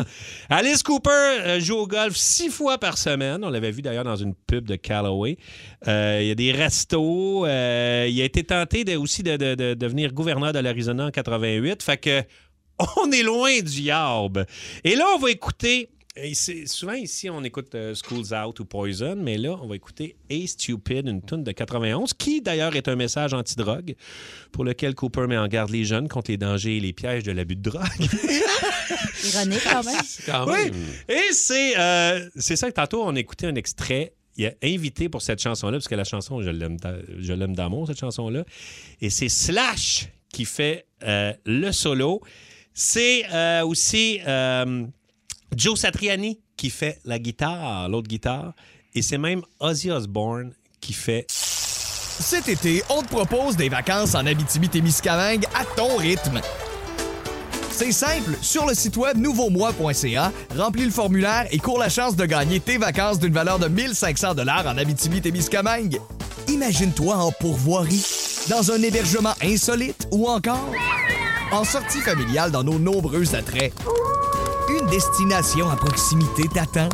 S5: Alice Cooper euh, joue au golf six fois par semaine. On l'avait vu d'ailleurs dans une pub de Callaway. Euh, il y a des restos. Euh, il a été tenté de- aussi de, de- de devenir gouverneur de l'Arizona en 88. Fait que (laughs) on est loin du yarb. Et là, on va écouter. et c'est- souvent ici, on écoute euh, Schools Out ou Poison, mais là, on va écouter A Stupid, une tune de 91, qui d'ailleurs est un message anti-drogue, pour lequel Cooper met en garde les jeunes contre les dangers et les pièges de l'abus de drogue.
S4: Ironique quand même.
S5: Oui. Et c'est, euh, c'est ça que tantôt, on écoutait un extrait. Il a invité pour cette chanson-là, parce que la chanson, je l'aime, ta- je l'aime d'amour, cette chanson-là. Et c'est Slash qui fait euh, le solo. C'est euh, aussi euh, Joe Satriani qui fait la guitare, l'autre guitare. Et c'est même Ozzy Osbourne qui fait
S6: Cet été, on te propose des vacances en Abitibi-Témiscamingue à ton rythme. C'est simple, sur le site web nouveaumois.ca, remplis le formulaire et cours la chance de gagner tes vacances d'une valeur de 1500 dollars en Abitibi-Témiscamingue. Imagine-toi en pourvoirie, dans un hébergement insolite ou encore en sortie familiale dans nos nombreux attraits. Une destination à proximité t'attend.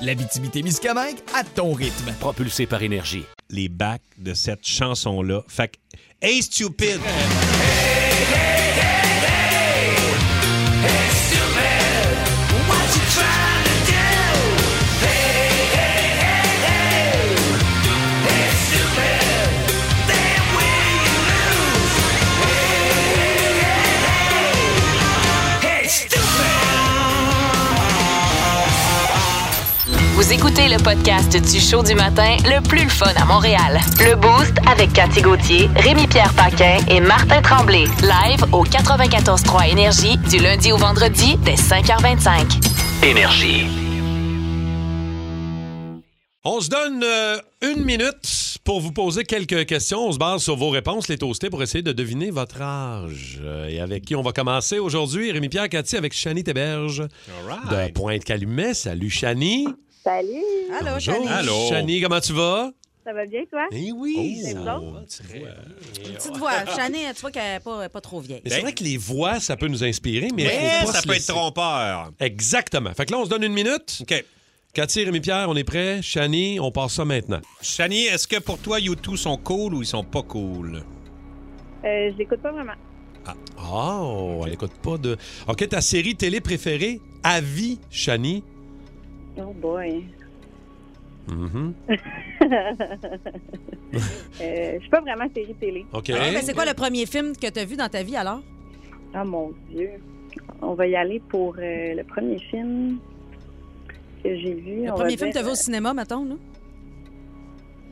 S6: L'Abitibi-Témiscamingue à ton rythme.
S2: Propulsé par énergie.
S5: les bacs de cette chanson-là. Fait que, hey, stupid!
S1: Vous écoutez le podcast du show du matin le plus le fun à Montréal. Le Boost avec Cathy Gauthier, Rémi-Pierre Paquin et Martin Tremblay. Live au 94.3 Énergie du lundi au vendredi dès 5h25.
S2: Énergie.
S3: On se donne euh, une minute pour vous poser quelques questions. On se base sur vos réponses, les toastés, pour essayer de deviner votre âge. Euh, Et avec qui on va commencer aujourd'hui? Rémi-Pierre Cathy avec Chani Téberge de Pointe-Calumet. Salut, Chani.
S20: Salut!
S4: Allô,
S3: Bonjour.
S5: Allô.
S3: Chani, comment tu vas?
S20: Ça va bien, toi?
S3: Eh oui!
S20: C'est vous autres?
S4: Une petite voix. Chanée, tu vois qu'elle n'est pas, pas trop vieille.
S3: Mais c'est vrai que les voix, ça peut nous inspirer, mais.
S5: Mais
S3: faut pas
S5: Ben. ça
S3: se
S5: peut
S3: laisser-
S5: être trompeur.
S3: Exactement. Fait que là, on se donne une minute.
S5: OK.
S3: Cathy, Rémi-Pierre, on est prêts? Chani, on passe ça maintenant.
S5: Chani, est-ce que pour toi, U2 sont cool ou ils sont pas cool? Ah.
S20: Euh, je l'écoute pas vraiment.
S3: Oh, elle écoute pas de. OK, ta série télé préférée, à vie, Chani.
S20: Oh boy. (laughs)
S3: Mhm.
S20: Euh, Je suis pas vraiment série télé.
S3: OK.
S4: Ah, ben, c'est quoi le premier film que tu as vu dans ta vie alors?
S20: Oh mon Dieu. On va y aller pour euh, le premier film que j'ai vu.
S4: Le
S20: on va
S4: premier film que
S20: dire- euh,
S4: tu as vu au cinéma, mettons, là?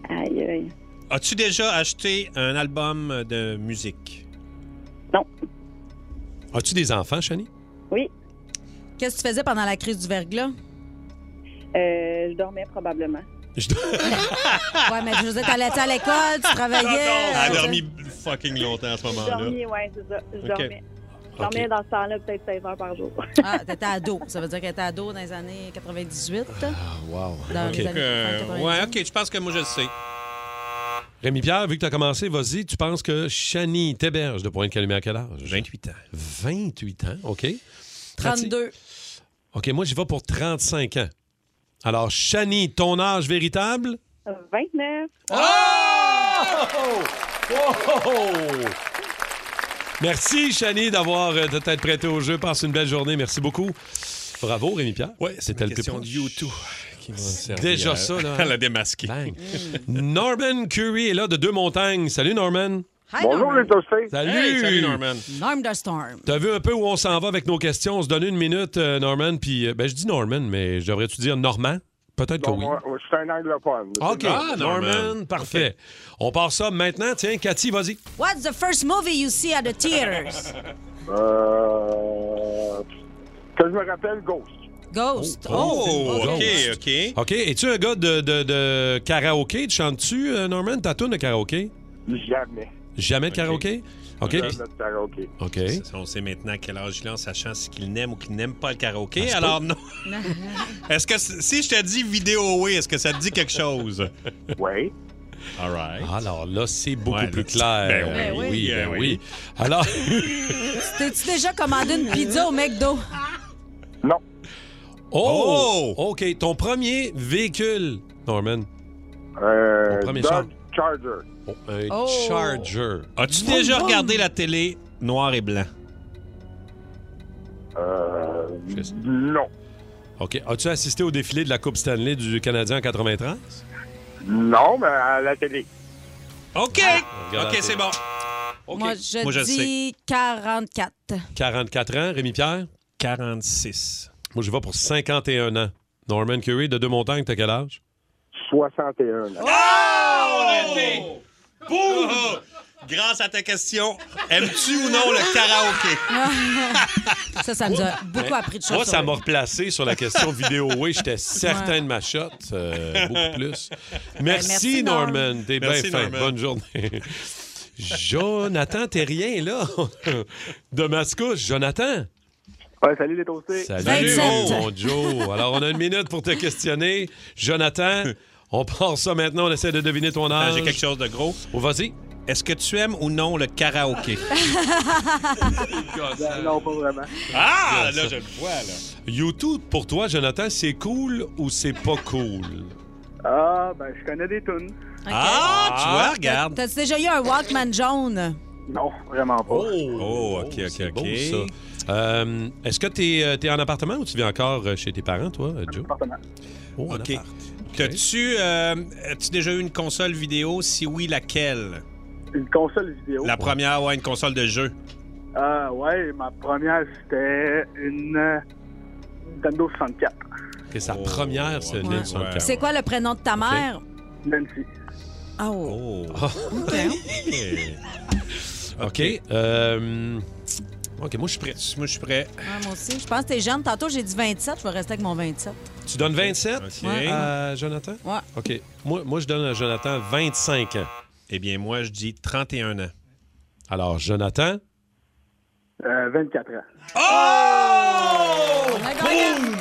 S20: Aïe, aïe.
S5: As-tu déjà acheté un album de musique?
S3: As-tu des enfants, Chani?
S4: Qu'est-ce que tu faisais pendant la crise du verglas?
S20: Euh, je dormais probablement.
S4: (laughs) ouais, mais je veux dire, t'allais à l'école, tu travaillais.
S5: Elle
S4: euh,
S5: Ah a dormi fucking longtemps à ce
S3: Ah,
S20: Je dormais, ouais, c'est ça. Je
S5: OK.
S20: dormais. Je dormais dans ce temps-là peut-être 16 heures par jour.
S4: Ah, t'étais ado. Ça veut dire qu'elle était ado dans les années 98.
S3: Wow.
S4: Dans
S5: Ah, OK.
S4: les années
S5: Euh,
S4: 90.
S5: ouais, OK, je pense que moi, je le sais.
S3: Rémi-Pierre, vu que tu as commencé, vas-y, tu penses que Chani t'héberge de Pointe-Calumet à quel âge?
S5: 28 ans.
S3: 28 ans, OK.
S4: 32.
S3: OK, moi, j'y vais pour 35 ans. Alors, Chani, ton âge véritable?
S20: 29.
S3: Merci, Chani, d'avoir euh, de t'être prêté au jeu. Passe une belle journée. Merci beaucoup. Bravo, Rémi-Pierre. Oui, c'était le plus
S5: question
S3: proche.
S5: de YouTube qui m'a servi
S3: Déjà
S5: à-
S3: ça, là.
S5: (laughs) à la démasquer.
S3: Bang. Norman Curry est là de Deux-Montagnes. Salut, Norman.
S4: Hi, Bonjour, Norman. les
S15: toastés.
S3: Salut.
S5: Hey, salut, Norman.
S4: Norm the Storm.
S3: T'as vu un peu où on s'en va avec nos questions? On se donne une minute, euh, Norman, puis... euh, ben, je dis Norman, mais je devrais-tu dire Normand? Peut-être que oui. Ah,
S15: C'est un anglophone.
S3: OK, Norman, parfait. On part ça maintenant. Tiens, Cathy, vas-y. (laughs)
S4: What's the first movie you see at the theaters?
S15: Euh,
S14: que je me rappelle Ghost.
S4: Ghost.
S3: Oh, OK, OK. OK, es-tu un gars de, de- de karaoké? Tu chantes-tu, euh, Norman, ta tourne de karaoké?
S14: Jamais.
S3: Jamais de karaoké? OK.
S5: Euh,
S14: Jamais de karaoké.
S3: OK.
S5: Ça, On sait maintenant à quel âge il a en sachant ce qu'il n'aime ou qu'il n'aime pas le karaoké.
S11: se
S5: Alors
S11: peut.
S5: non. (laughs) Est-ce que c- si je te dis vidéo oui, est-ce que ça te dit quelque chose?
S14: Oui.
S5: All right.
S3: Alors là, c'est beaucoup
S5: Ouais, là,
S3: plus
S5: tu-
S3: clair.
S5: Ben
S3: Ben
S5: oui.
S3: oui,
S5: Ben
S3: ben
S5: oui.
S3: oui. Alors, (laughs)
S4: T'es-tu déjà commandé une pizza au McDo?
S3: oh! OK, ton premier véhicule, Norman.
S14: Euh,
S3: Ton premier
S14: Dodge
S3: char.
S14: Charger.
S3: Un
S14: Oh.
S3: Charger.
S5: As-tu
S14: Vroom,
S5: déjà
S14: vroom.
S5: regardé la télé noir et blanc?
S14: Euh, non.
S3: OK. As-tu assisté au défilé de la Coupe Stanley du Canadien en 93?
S14: Non, mais à la télé.
S5: OK!
S3: Regarde
S5: OK,
S3: la
S5: c'est
S3: télé.
S5: bon.
S4: Moi, je
S3: Moi, je
S4: dis 44.
S3: 44 ans. Rémi-Pierre? 46. Moi, je vais pour 51 ans. Norman Curry, de Deux-Montagnes, t'as quel âge?
S14: 61 ans.
S5: On a été. Boum! Grâce à ta question, aimes-tu ou non le karaoké?
S4: ça, ça nous a beaucoup
S3: Ben,
S4: appris de choses.
S3: (laughs) Moi,
S4: sur
S3: ça
S4: le-
S3: m'a replacé sur la question vidéo. Oui, j'étais certain de ma shot. euh, beaucoup plus. Merci,
S5: Ben, merci, Norm.
S3: Norman. T'es bien
S5: Merci,
S3: fin.
S5: Norman.
S3: Bonne journée. (laughs) Jonathan Terrien, là, (laughs) de Mascouche. Jonathan. Ah!
S14: Ouais, salut les toastés.
S3: Salut, mon Joe. Alors, on a une minute pour te questionner. Jonathan, on part ça maintenant. On essaie de deviner ton
S5: Ah,
S3: âge.
S5: J'ai quelque chose de gros.
S3: Oh, vas-y.
S5: Est-ce que tu aimes ou non le karaoké?
S14: Non, pas vraiment.
S5: (laughs) Ah, là, je le vois, là.
S3: YouTube, pour toi, Jonathan, c'est cool ou c'est pas cool?
S14: Ah, ben, je connais des tunes.
S3: Ah, tu vois, regarde.
S4: T'as-tu déjà eu un Walkman jaune?
S14: Non, vraiment pas.
S3: Oh, OK, OK, OK. Euh, Est-ce que tu es, en appartement ou tu vis encore euh, chez tes parents, toi, euh, Joe?
S14: Appartement.
S3: Oh,
S5: OK. T'as-tu euh, as-tu déjà eu une console vidéo? Si oui, laquelle?
S14: Une console vidéo.
S5: La première, ouais, une console de jeu.
S14: Ah, ouais, ma première, c'était une euh, Nintendo 64.
S3: Que sa première, c'est une
S4: Oh, Ouais. C'est quoi le prénom de ta mère?
S14: Nancy.
S4: Oh.
S3: (laughs)
S4: OK.
S3: OK. euh, OK, moi, je suis prêt. Moi, je suis prêt.
S4: Ouais, moi aussi. Je pense que t'es jeune. Tantôt, j'ai dit 27. Je vais rester avec mon 27.
S3: Tu donnes 27
S4: Ouais.
S3: à Jonathan?
S4: Ouais.
S3: OK. Moi, moi, je donne à Jonathan 25 ans.
S5: Eh bien, moi, je dis 31 ans.
S3: Alors, Jonathan?
S14: Euh, 24 ans.
S3: Oh!
S4: On a gagné.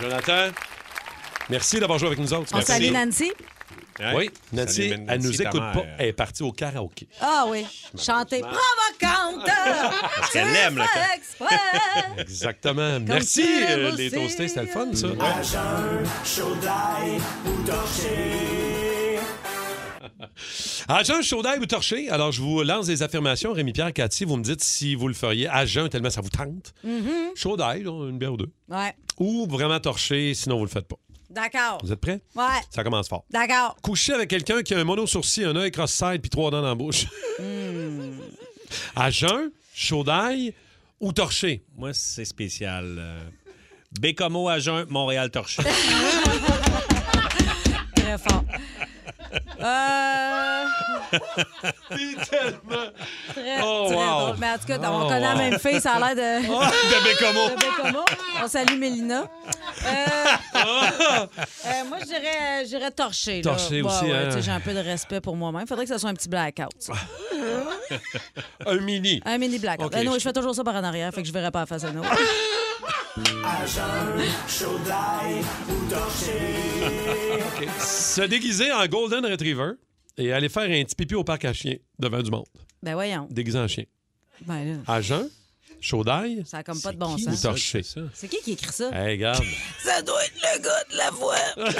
S3: Jonathan, merci d'avoir joué avec nous autres.
S4: On
S3: Merci.
S4: salue Nancy. Hein?
S3: Oui, Nancy,
S5: Salut, Nancy,
S3: elle nous
S5: ta
S3: écoute
S5: mère.
S3: pas. Elle est partie au karaoké.
S4: Ah oui. Chanter provocante.
S3: Parce qu'elle aime le
S4: Fais exprès.
S3: Exactement. Merci,
S4: tu l'aimes
S3: euh, les
S4: aussi.
S3: toastés, c'était le fun, ça. Agent Chaudaille ou Torché, alors je vous lance des affirmations. Rémi-Pierre, Cathy, vous me dites si vous le feriez à jeun tellement ça vous tente.
S4: Mhm.
S3: Chaudaille, là, une bière ou deux.
S4: Ouais.
S3: Ou vraiment torché, sinon vous le faites pas.
S4: D'accord.
S3: Vous êtes prêts?
S4: Ouais.
S3: Ça commence fort.
S4: D'accord.
S3: Coucher avec quelqu'un qui a un mono sourcil, un œil cross-side puis trois dents dans la bouche. (laughs) À jeun, chaudaille ou torché?
S5: Moi, c'est spécial. euh, Bécomo à jeun, Montréal
S3: (laughs)
S5: torché.
S4: Très fort. Euh... Très,
S3: Oh,
S4: très
S3: wow.
S4: drôle. Mais en tout cas,
S3: Oh,
S4: on connaît la
S3: wow.
S4: même fille, ça a l'air de...
S3: (laughs) Oh,
S5: Ah,
S3: de Bécomo.
S4: De Bécomo. On salue Mélina.
S3: Ah,
S4: Euh, moi, je dirais- je dirais torché. là. Ouais,
S3: Torché aussi,
S4: ouais,
S3: hein.
S4: tu sais, J'ai un peu de respect pour moi-même. Faudrait que ce soit un petit blackout. ça.
S3: un mini.
S4: Un mini blackout.
S3: OK,
S4: Ben non,
S3: je-
S4: je fais toujours ça par en arrière, fait que je verrai pas la face à nous.
S3: Se déguiser en Golden Retriever et aller faire un petit pipi au parc à chien devant du monde.
S4: Ben voyons.
S3: Déguisé en chien.
S4: Ben là,
S3: À jeun, chaudaille
S4: ça a comme pas de bon
S3: ou
S4: sens.
S3: torché.
S4: C'est qui qui écrit ça?
S3: Hey, regarde.
S4: (laughs) Ça doit être le gars de la
S3: (laughs)
S4: voix. Euh,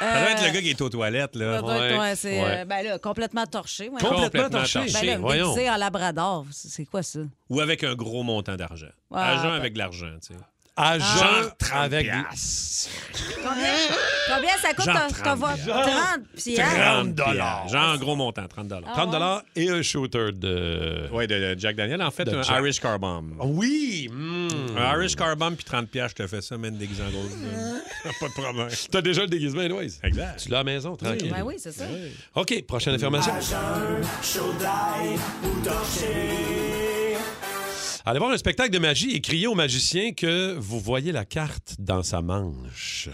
S5: Ça doit être le gars qui est aux toilettes, là.
S4: Ça doit être, ouais, c'est,
S5: Ouais.
S4: euh, ben là, complètement torché. voyons.
S5: Complètement Complètement torché.
S4: Ben là,
S5: voyons.
S4: déguisé en labrador, c'est c'est quoi ça?
S5: Ou avec un gros montant d'argent.
S4: Ah,
S5: Agent
S4: ben-
S5: avec de l'argent, tu sais.
S3: À jeun,
S5: Genre 30
S3: avec des-
S4: Combien, combien ça coûte
S5: Genre
S4: ton,
S5: 30
S4: ton voix? 30 piastres.
S5: 30 dollars. Genre un gros montant, 30 dollars.
S4: Ah
S3: 30 dollars et un shooter de...
S5: Oui, de de Jack Daniel. En fait,
S3: De
S5: un
S3: Jack.
S5: Irish Car Bomb.
S3: Oui! mm.
S5: Un Irish Car Bomb puis 30 piastres, je te fais ça, man, déguisant gold. Pas de problème.
S3: T'as déjà le déguisement, anyways.
S5: Exact.
S3: Tu l'as à la maison, tranquille.
S4: Ben oui, c'est ça.
S3: OK, prochaine affirmation. Allez voir un spectacle de magie et criez au magicien que vous voyez la carte dans sa manche.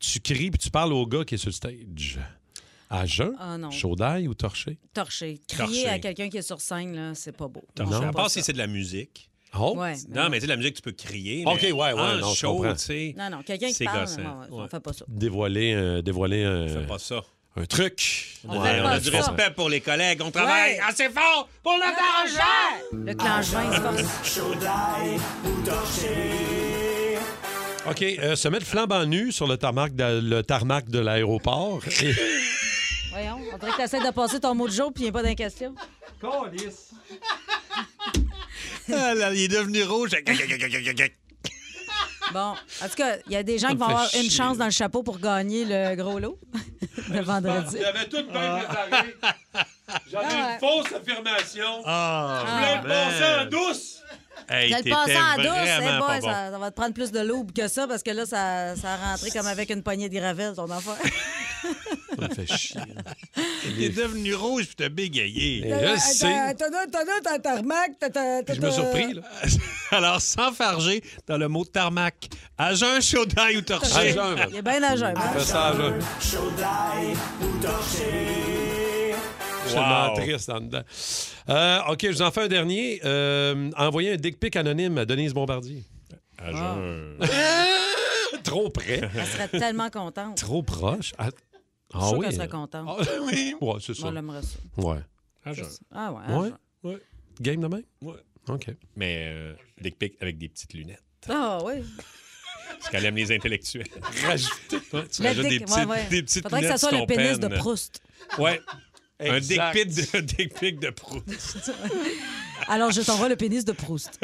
S3: Tu cries puis tu parles au gars qui est sur le stage. À jeun,
S4: Ah non.
S3: chaudaille ou torché?
S4: Torcher. Crier
S5: Torcher.
S4: à quelqu'un qui est sur scène, là, c'est pas Ah, beau.
S5: Torcher.
S4: Non.
S5: À part si c'est de la musique.
S3: Oh.
S4: Ouais, mais
S5: non, mais tu sais, la musique, tu peux crier.
S3: OK, ouais, ouais,
S5: en
S3: non, je
S5: show,
S3: comprends.
S5: tu sais,
S4: Non, non, quelqu'un qui
S5: c'est
S4: parle,
S5: gossant.
S4: non, on fait pas ça.
S3: Dévoiler, euh, dévoiler un...
S5: pas ça.
S3: Un truc.
S5: On, a- on a du respect pour les collègues. On travaille
S3: Ah,
S5: assez fort pour le danger!
S4: Le clan il se passe.
S3: OK, euh, se mettre flambant nu sur le tarmac de, le tarmac de l'aéroport. Et-
S4: Voyons, on dirait que t'essaies de passer ton mot de jour puis il n'y a pas d'inquestion.
S5: (laughs) Ah, là, il est devenu rouge.
S4: (laughs) Bon, en tout cas, il y a des gens qui
S5: Ça me
S4: vont
S5: fait
S4: avoir
S5: chier.
S4: une chance dans le chapeau pour gagner le gros lot (laughs) de vendredi.
S3: Vous avez tout bien préparé. J'avais
S4: Ah ouais.
S3: une fausse affirmation.
S5: Ah,
S3: Je voulais le
S5: man.
S3: passer en douce.
S5: Hey,
S4: T'as le
S5: t'étais
S4: passé en douce,
S5: vraiment
S4: eh
S5: pas
S4: boy,
S5: bon.
S4: ça, ça va te prendre plus de loup que ça parce que là, ça, ça a rentré comme avec une poignée de gravelle, ton
S5: (laughs)
S4: enfant.
S3: Ça me fait chier.
S5: Il est devenu rouge puis t'as bégayé.
S4: T'as t'as tarmac, t'as.
S5: Je me suis surpris. là. (laughs) Alors, sans farger, dans le mot tarmac, à jeun, chaudaille ou torché.
S3: À jeun, man. Il est
S4: bien hein? à jeun, man.
S3: Fais ça à jeun. Je suis tellement
S5: Wow.
S3: triste en dedans. Euh, OK, je vous en fais un dernier. Euh, envoyez un dick pic anonyme à Denise Bombardier. Ah.
S5: À jeun.
S3: (laughs) Trop près.
S4: Elle serait tellement contente.
S3: Trop proche. Ah,
S4: Je
S3: ah
S4: suis sûre
S3: oui.
S4: qu'elle
S5: hein.
S4: serait contente.
S3: Ah (laughs) oui. Ouais, c'est ça.
S4: Moi, j'aimerais ça.
S3: Ouais.
S5: À jeun.
S4: Ah ouais. ah,
S3: Ouais.
S4: je-
S5: Ouais.
S3: Game demain?
S5: Ouais.
S3: OK.
S5: Mais euh, dick pic avec des petites lunettes.
S4: Ah ouais.
S5: Parce qu'elle aime les (laughs) intellectuels. Rajoute- tu
S4: Le
S5: rajoutes des
S4: dick-
S5: petites,
S4: ouais, ouais.
S5: des petites
S4: Faudrait que
S5: lunettes
S4: ça soit le
S5: sur ton
S4: pénis
S5: pen.
S4: de Proust.
S5: Ouais. Un dick
S3: Exact.
S5: pic de, un dick pic de Proust.
S4: Alors, je t'envoie le pénis de Proust.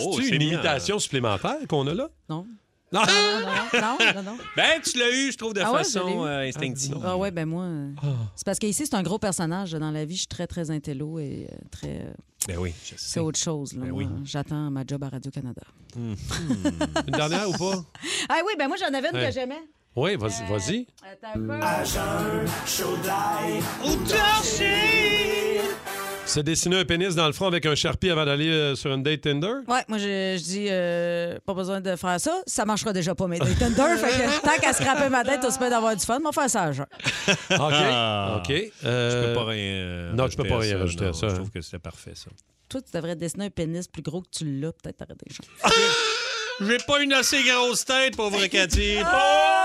S5: Oh,
S3: C'est
S5: c'est
S3: une
S5: bien. Ah!
S3: imitation supplémentaire qu'on a là?
S4: Non.
S3: Non.
S4: Non, non, non, non, non.
S5: Ben, tu l'as eu, je trouve, de
S4: Ah ouais, je l'ai
S5: façon
S4: eu.
S5: euh, instinctive.
S4: Ah ouais, ben moi. euh,
S5: Ah.
S4: C'est parce qu'ici, c'est un gros personnage. Dans la vie, je suis très, très intello et euh, très. euh,
S5: Ben oui, je
S4: C'est autre chose. là,
S5: Ben
S4: moi.
S5: oui.
S4: J'attends ma job à Radio-Canada.
S3: Une dernière ou
S5: (laughs)
S3: pas?
S4: Ah oui, ben moi, j'en avais une
S3: Ouais.
S4: que j'aimais.
S3: Oui, vas-y. vas-y. Se dessiner un pénis dans le front avec un charpie avant d'aller euh, sur une date Tinder?
S4: Ouais, moi, je, je dis, euh, pas besoin de faire ça. Ça marchera déjà pas, mes dates Tinder. fait que tant qu'à se râper ma tête, on se peut d'avoir du fun. Moi, faire ça à jeun.
S3: OK. OK.
S5: Ah. Je
S3: Euh,
S5: peux pas rien.
S3: Non, je peux
S5: rajouter
S3: pas rien rajouter à
S5: non,
S3: ça,
S5: Je
S3: hein.
S5: trouve que c'était parfait, ça.
S4: Toi, tu devrais te dessiner un pénis plus gros que tu l'as. Peut-être t'aurais des chances.
S5: J'ai pas une assez grosse tête, pauvre Cathy. Oh!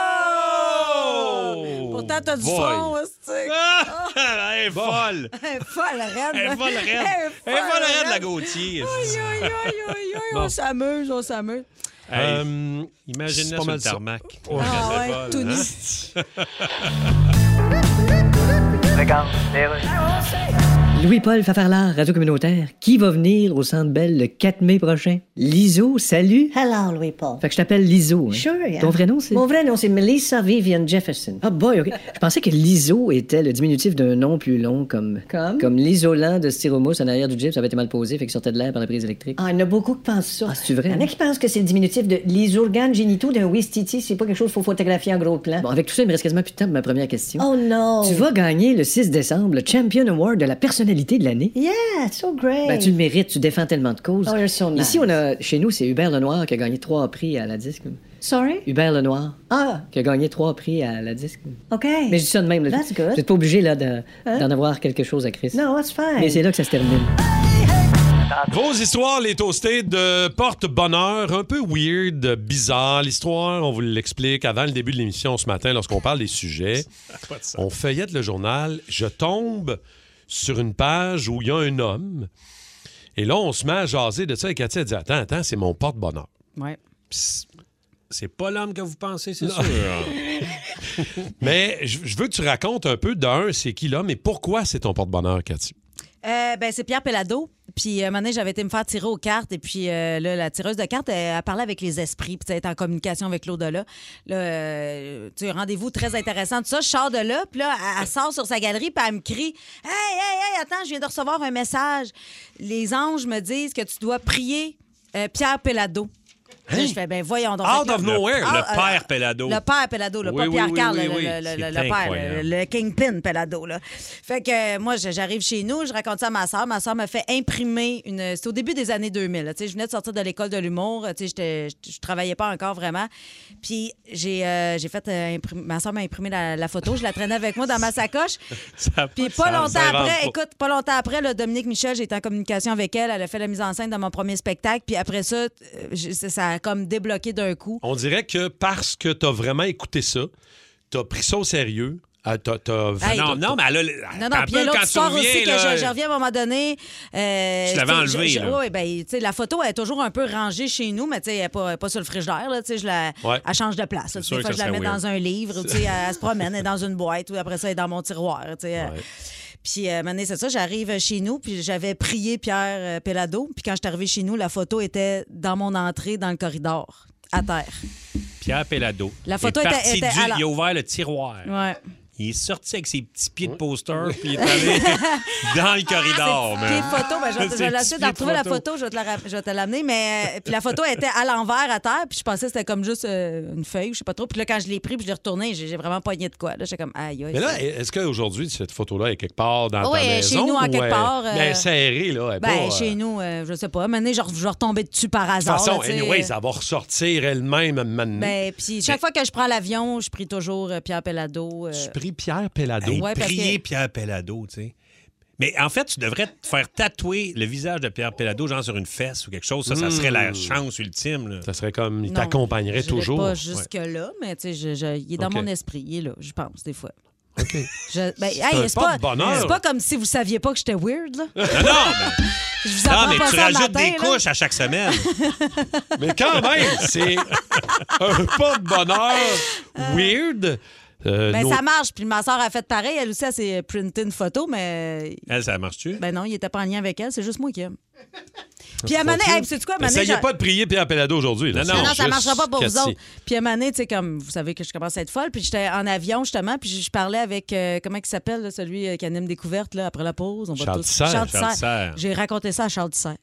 S4: Pourtant, t'as du
S5: boy.
S4: fond, hein, c'est-
S5: Ah! (laughs) Elle est folle!
S4: Elle est folle, raide.
S5: Elle est folle raide! Elle est folle raide, la Gauthier!
S4: Aïe, aïe, aïe, aïe, aïe,
S5: Bon.
S4: on s'amuse, on s'amuse.
S3: Euh, c'est
S5: Imagine-la
S3: pas
S5: sur
S3: mal
S5: le
S3: ça.
S5: tarmac.
S3: Ouais.
S4: Ah ouais, tout nu.
S5: hein?
S9: Louis-Paul Fafarlard, Radio Communautaire, qui va venir au Centre Bell le 4 mai prochain? Liso, salut!
S6: Hello, Louis-Paul.
S9: Fait que je t'appelle Liso. hein?
S6: Sure, yeah.
S9: Ton vrai nom, c'est...
S6: Mon vrai nom, c'est Melissa Vivian Jefferson.
S9: Ah boy, OK. Je pensais que l'iso était le diminutif d'un nom plus long comme...
S6: Comme?
S9: Comme l'isolant de styromousse en arrière du jeep, ça avait été mal posé, fait qu'il sortait de l'air par la prise électrique.
S6: Ah, il y en a beaucoup qui pensent ça.
S9: Ah, c'est vrai,
S6: Il y en a
S9: hein?
S6: qui pensent que c'est le diminutif de les organes génitaux d'un Wistiti. C'est pas quelque chose qu'il faut photographier en gros plan.
S9: Bon, avec tout ça, il me reste quasiment plus de temps pour ma première question.
S6: Oh non!
S9: Tu vas gagner le 6 décembre le Champion Award de la personnalité de l'année.
S6: Yeah, it's so great.
S9: Ben, tu le mérites, tu défends tellement de causes.
S6: Oh, you're so nice.
S9: Ici, on a, chez nous, c'est Hubert Lenoir qui a gagné trois prix à la disque.
S6: Sorry?
S9: Hubert Lenoir,
S6: Ah,
S9: qui a gagné trois prix à la disque.
S6: OK.
S9: Mais je dis ça de même. là.
S6: That's good.
S9: Vous êtes pas obligé là, de-
S6: Hein?
S9: d'en avoir quelque chose à Chris.
S6: No, it's fine.
S9: Mais c'est là que ça se termine.
S3: Vos histoires, les toastés de porte-bonheur, un peu weird, bizarre. L'histoire, on vous l'explique avant le début de l'émission ce matin, lorsqu'on parle des
S5: (laughs)
S3: sujets. On feuillette le journal. Je tombe sur une page où il y a un homme. Et là, on se met à jaser de ça. Et Cathy, elle dit Attends, attends, c'est mon porte-bonheur.
S4: Ouais.
S5: C'est pas l'homme que vous pensez, c'est
S3: Non.
S5: sûr.
S3: (laughs) Mais je je veux que tu racontes un peu d'un, c'est qui l'homme et pourquoi c'est ton porte-bonheur, Cathy.
S4: Euh, ben, c'est Pierre Pelado. Puis, euh, un moment donné, j'avais été me faire tirer aux cartes. Et puis, euh, là, la tireuse de cartes, elle, elle parlait avec les esprits. Puis, elle était en communication avec l'au-delà. Là, euh, tu sais, rendez-vous très intéressant. Tout ça, je sors de là. Puis là, elle, elle sort sur sa galerie. Puis, elle me crie Hey, hey, hey, attends, je viens de recevoir un message. Les anges me disent que tu dois prier euh, Pierre Pelado. Là, je fais, ben voyons donc.
S5: Hein?
S4: Fait
S5: Out
S4: que
S5: of
S4: là-
S5: nowhere,
S4: Ah,
S5: le
S4: euh,
S5: père Pelado.
S4: Le père Pelado, là,
S5: Oui,
S4: pas
S5: oui, oui,
S4: Pierre-Carl,
S5: oui,
S4: le,
S5: oui.
S4: le- le-
S5: C'est
S4: le père,
S5: incroyable.
S4: le, le kingpin Pelado. Là. Fait que euh, moi, je- j'arrive chez nous, je raconte ça à ma soeur. Ma soeur me fait imprimer une. C'était au début des années 2000. là, tu sais, je venais de sortir de l'école de l'humour. tu sais, j'étais- Je je travaillais pas encore vraiment. Puis j'ai euh, j'ai fait. euh, imprim- Ma soeur m'a imprimé la, la photo. Je la traînais avec moi dans ma sacoche. Puis pas longtemps après, écoute, pas longtemps après, là, Dominique Michel, j'étais en communication avec elle. Elle a fait la mise en scène de mon premier spectacle. Puis après ça, euh, j'ai- ça a comme débloqué d'un coup.
S3: On dirait que parce que t'as vraiment écouté ça, t'as pris ça au sérieux. ah, t'as- t'as-
S4: Hey,
S3: non, non, mais elle a-
S4: Non,
S3: t'as
S4: non,
S3: un
S4: puis
S3: peu
S4: il y a
S3: quand
S4: l'autre
S3: tu
S4: histoire
S3: reviens,
S4: aussi que
S3: là,
S4: je, je reviens à un moment donné. euh,
S3: Tu l'avais
S4: tu sais,
S3: enlevée,
S4: je- je-
S3: là.
S4: ouais, ben, tu sais, la photo elle est toujours un peu rangée chez nous, mais tu sais, elle n'est pas, elle est pas sur le frigidaire. Là, tu sais, je la,
S11: Ouais.
S4: Elle change de place. là, tu sais,
S11: sûr
S4: Des fois,
S11: que
S4: je
S11: ça
S4: la mets
S11: serait weird.
S4: dans un livre,
S3: (laughs)
S4: ou, tu sais, elle, elle se promène, elle est dans une boîte, ou après ça, elle est dans mon tiroir. tu sais, euh. Puis, euh, un moment donné, c'est ça, j'arrive chez nous, puis j'avais prié Pierre euh, Pelado. Puis, quand je suis arrivée chez nous, la photo était dans mon entrée, dans le corridor, à terre.
S5: Pierre Pelado.
S4: La photo
S5: il est
S4: était-
S5: parti
S4: était
S5: du-
S4: à la-
S5: Il a ouvert le tiroir.
S4: Ouais.
S5: Il est sorti avec ses petits pieds de poster, puis il est allé
S3: (laughs)
S5: dans le corridor.
S4: Tes
S5: man.
S4: Ah, photos, ben, je vais- je
S5: Ses
S4: vais
S5: petits
S4: l'essayer de
S5: pieds de
S4: retrouver la photo, je vais te, la ra- je vais te l'amener. Mais euh, puis la
S3: (laughs)
S4: photo était à l'envers, à terre, puis je pensais que c'était comme juste euh, une feuille, je sais pas trop. Puis là, quand je l'ai pris, puis je l'ai retourné, j'ai j'ai vraiment pogné de quoi. Là, j'étais comme, aïe, aïe.
S3: Mais là, est-ce qu'aujourd'hui, cette photo-là est quelque part dans
S4: Oui,
S3: ta
S4: elle est
S3: maison?
S4: chez nous, en
S3: ou
S4: quelque
S3: elle-
S4: part, euh,
S3: Mais elle est serrée, là. elle
S4: ben,
S3: est pas, euh,
S4: chez nous, euh, je sais pas. Maintenant, genre, je vais retomber dessus par
S3: De toute
S4: hasard.
S3: façon,
S4: là, tu sais. euh,
S3: anyway, ça va ressortir elle-même maintenant.
S4: Ben, puis chaque fois que je prends l'avion, je prie toujours euh, Pierre Pellado. euh,
S5: pris Pierre Pelado.
S4: Hey, Ouais, parce
S5: prier
S4: que-
S5: Pierre Pelado, tu sais. Mais en fait, tu devrais te faire tatouer le visage de Pierre Pelado, genre sur une fesse ou quelque chose. Ça, ça serait la
S3: Mm.
S5: chance ultime.
S3: Ça serait comme, il
S4: non,
S3: t'accompagnerait
S4: je dirais
S3: toujours.
S4: Pas jusque-là, mais tu sais, je- je- il est dans
S3: OK.
S4: mon esprit, il est là, je pense, des fois.
S3: OK.
S4: Je- ben, hey,
S5: un
S4: c'est pas,
S5: porte-bonheur.
S4: c'est pas comme si vous saviez pas que j'étais weird, là. (laughs)
S5: Non, non, mais,
S4: Je vous
S5: non,
S4: apprends
S5: Ah, mais
S4: pas
S5: tu
S4: ça le
S5: rajoutes
S4: matin,
S5: des
S4: là.
S5: couches à chaque semaine. (laughs)
S3: Mais quand même, c'est un pas de bonheur weird. Euh,
S4: Ben,
S3: nos-
S4: ça marche. Puis ma soeur a fait pareil. Elle aussi, elle s'est printée une photo, mais
S5: Elle, ça marche-tu?
S4: ben non, il était pas en lien avec elle. C'est juste moi qui aime. Puis
S3: Ça
S4: à
S3: se
S4: un moment donné,
S3: voit-tu?
S4: hey, Eh, puis sais-tu quoi, à un
S5: Ben,
S4: moment donné,
S3: Ben, Essayez
S4: j'ai-
S3: pas de prier Pierre Pellado aujourd'hui. là.
S4: Non, non, ça
S3: juste
S4: marchera pas pour
S3: Cathy.
S4: vous autres. Puis à un moment donné, tu sais, comme vous savez que je commence à être folle, puis j'étais en avion justement, puis je parlais avec, euh, comment il s'appelle, là, celui euh, qui anime Découverte, là, après la pause. On va
S5: Charles
S4: tous-
S5: Tissère, Charles Tissère.
S4: J'ai raconté ça à Charles Tissère.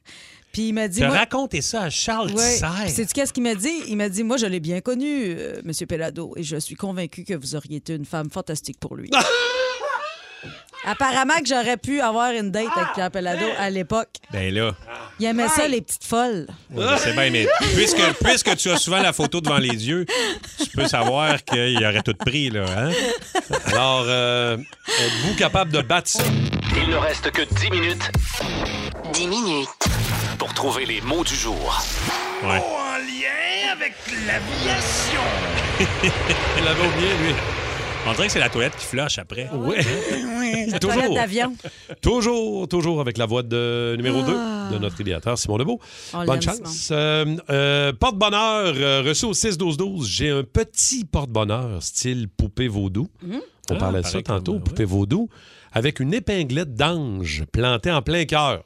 S4: Puis il m'a dit.
S5: Tu as
S4: moi-
S5: raconté ça à Charles
S4: Ouais.
S5: Tissère.
S4: Puis Sais-tu qu'est-ce qu'il m'a dit? Il m'a dit, moi, je l'ai bien connu, euh, Monsieur Pelado, et je suis convaincu que vous auriez été une femme fantastique pour
S3: (laughs)
S4: lui. Apparemment que j'aurais pu avoir une date avec Pierre Pelado à l'époque.
S5: Ben là,
S4: Il aimait ça, les petites folles.
S5: c'est bien, mais puisque, puisque tu as souvent la photo devant les yeux, tu peux savoir qu'il aurait tout pris, là. Hein?
S3: Alors, euh, êtes-vous capable de battre ça?
S2: Il ne reste que 10 minutes
S1: 10 minutes.
S2: pour trouver les mots du jour.
S5: Ouais.
S2: Oh, en lien avec l'aviation.
S5: (laughs) Il l'avait oublié, lui. On dirait que c'est la toilette qui flush après. Oui.
S4: La
S3: Toujours.
S4: toilette d'avion.
S3: Toujours, toujours avec la voix de numéro 2
S4: Ah.
S3: de notre idéateur, Simon Lebeau.
S4: On
S3: Bonne
S4: l'aime,
S3: chance. Euh, euh, porte-bonheur, euh, reçu au 6-12-12. J'ai un petit porte-bonheur style poupée vaudou.
S4: Mhm.
S3: On
S5: Ah,
S3: parlait de
S5: pareil
S3: ça
S5: comme,
S3: tantôt,
S5: euh,
S3: poupée vaudou, avec une épinglette d'ange plantée en plein cœur.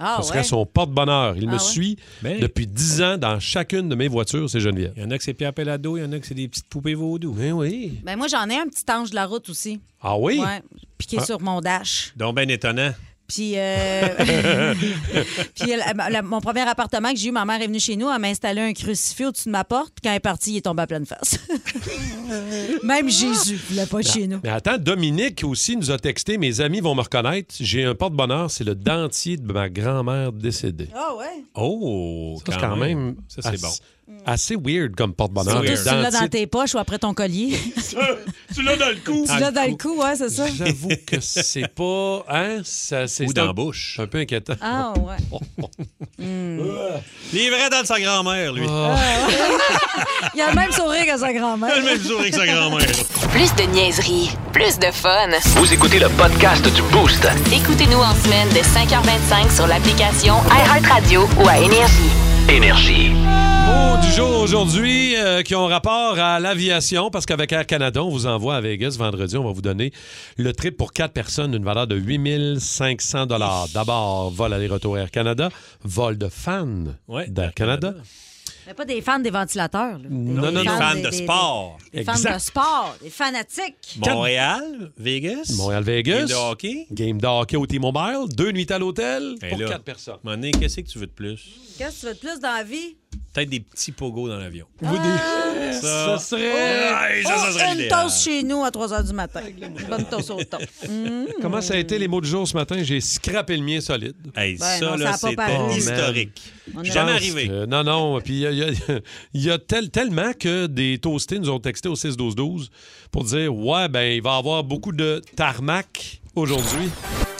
S4: Ah
S3: Ce
S4: ouais.
S3: serait son porte-bonheur. Il
S4: Ah
S3: me
S4: ouais.
S3: suit
S5: Ben.
S3: depuis 10 ans dans chacune de mes voitures, c'est Geneviève. Eh
S5: Il y en a que c'est Pierre Pelado, il y en a que c'est des petites poupées vaudou.
S3: Oui, oui.
S4: Ben moi, j'en ai un petit ange de la route aussi.
S3: Ah oui?
S4: Ouais, piqué
S5: Ah.
S4: sur mon dash.
S5: Donc, ben étonnant.
S4: Puis, euh, (laughs) puis elle- elle- la- mon premier appartement que j'ai eu, ma mère est venue chez nous, elle m'a installé un crucifix au-dessus de ma porte, puis quand elle est partie, il est tombé à pleine face. (laughs) Même Jésus voulait pas chez nous.
S3: Mais attends, Dominique aussi nous a texté Mes amis vont me reconnaître. J'ai un porte-bonheur, c'est le dentier de ma grand-mère décédée.
S4: Ah ouais?
S5: Oh,
S3: Ça, c'est quand même,
S5: Ça, Ah, c'est
S3: assez-
S5: bon.
S3: assez weird comme porte-bonheur.
S4: Surtout
S3: le
S4: si tu l'as
S3: dentier.
S4: dans tes poches ou après ton collier.
S5: tu l'as dans le cou.
S4: tu l'as dans le cou, ouais, c'est ça.
S3: J'avoue que c'est pas. Hein, ça, c'est
S5: Ou
S3: c'est
S5: dans
S3: un-
S5: la bouche.
S3: c'est un peu inquiétant.
S4: Ah ouais.
S5: Il est vrai dans sa grand-mère, lui.
S4: Il a le même sourire que sa grand-mère.
S5: Elle a le même sourire que sa grand-mère. (laughs)
S1: Plus de niaiserie, plus de fun.
S2: Vous écoutez le podcast du Boost.
S1: Écoutez-nous en semaine de 5h25 sur l'application iHeartRadio ou à Énergie.
S2: Énergie.
S3: Mots du jour aujourd'hui euh, qui ont rapport à l'aviation parce qu'avec Air Canada, on vous envoie à Vegas vendredi. On va vous donner le trip pour quatre personnes d'une valeur de 8500 dollars. D'abord, vol aller-retour Air Canada, vol de fans d'Air Canada.
S4: Mais pas des fans des ventilateurs. là.
S5: Non,
S4: Des
S5: non, non.
S4: fans
S5: Fans de sport.
S4: Des, des fans
S5: Exact.
S4: de sport, des fanatiques.
S5: Montréal, Vegas.
S3: Montréal-Vegas.
S5: Game de hockey. Ben
S3: Game de hockey au T-Mobile. Deux nuits à l'hôtel pour
S5: là.
S3: quatre personnes.
S5: Mané, qu'est-ce que tu veux de plus?
S4: Qu'est-ce que tu veux de plus dans la vie?
S5: Peut-être des petits pogos dans l'avion.
S3: Ça serait-
S5: Ouais, Ah, ça, ça
S4: Oh,
S5: serait
S4: une
S5: l'idéal.
S4: toast chez nous à 3 h du matin. Une bonne toast au thon. Mm.
S3: Comment ça a été les mots du jour ce matin? J'ai scrappé le mien solide.
S4: Ben ça, non, là, ça a pas c'était paru.
S5: historique.
S4: On a-
S5: Jamais arrivé.
S3: Euh, non, non. Puis il y a, il y a- (laughs) il y a tel- tellement que des toastés nous ont texté au 6-12-12 pour dire Ouais, ben, il va y avoir beaucoup de tarmac aujourd'hui.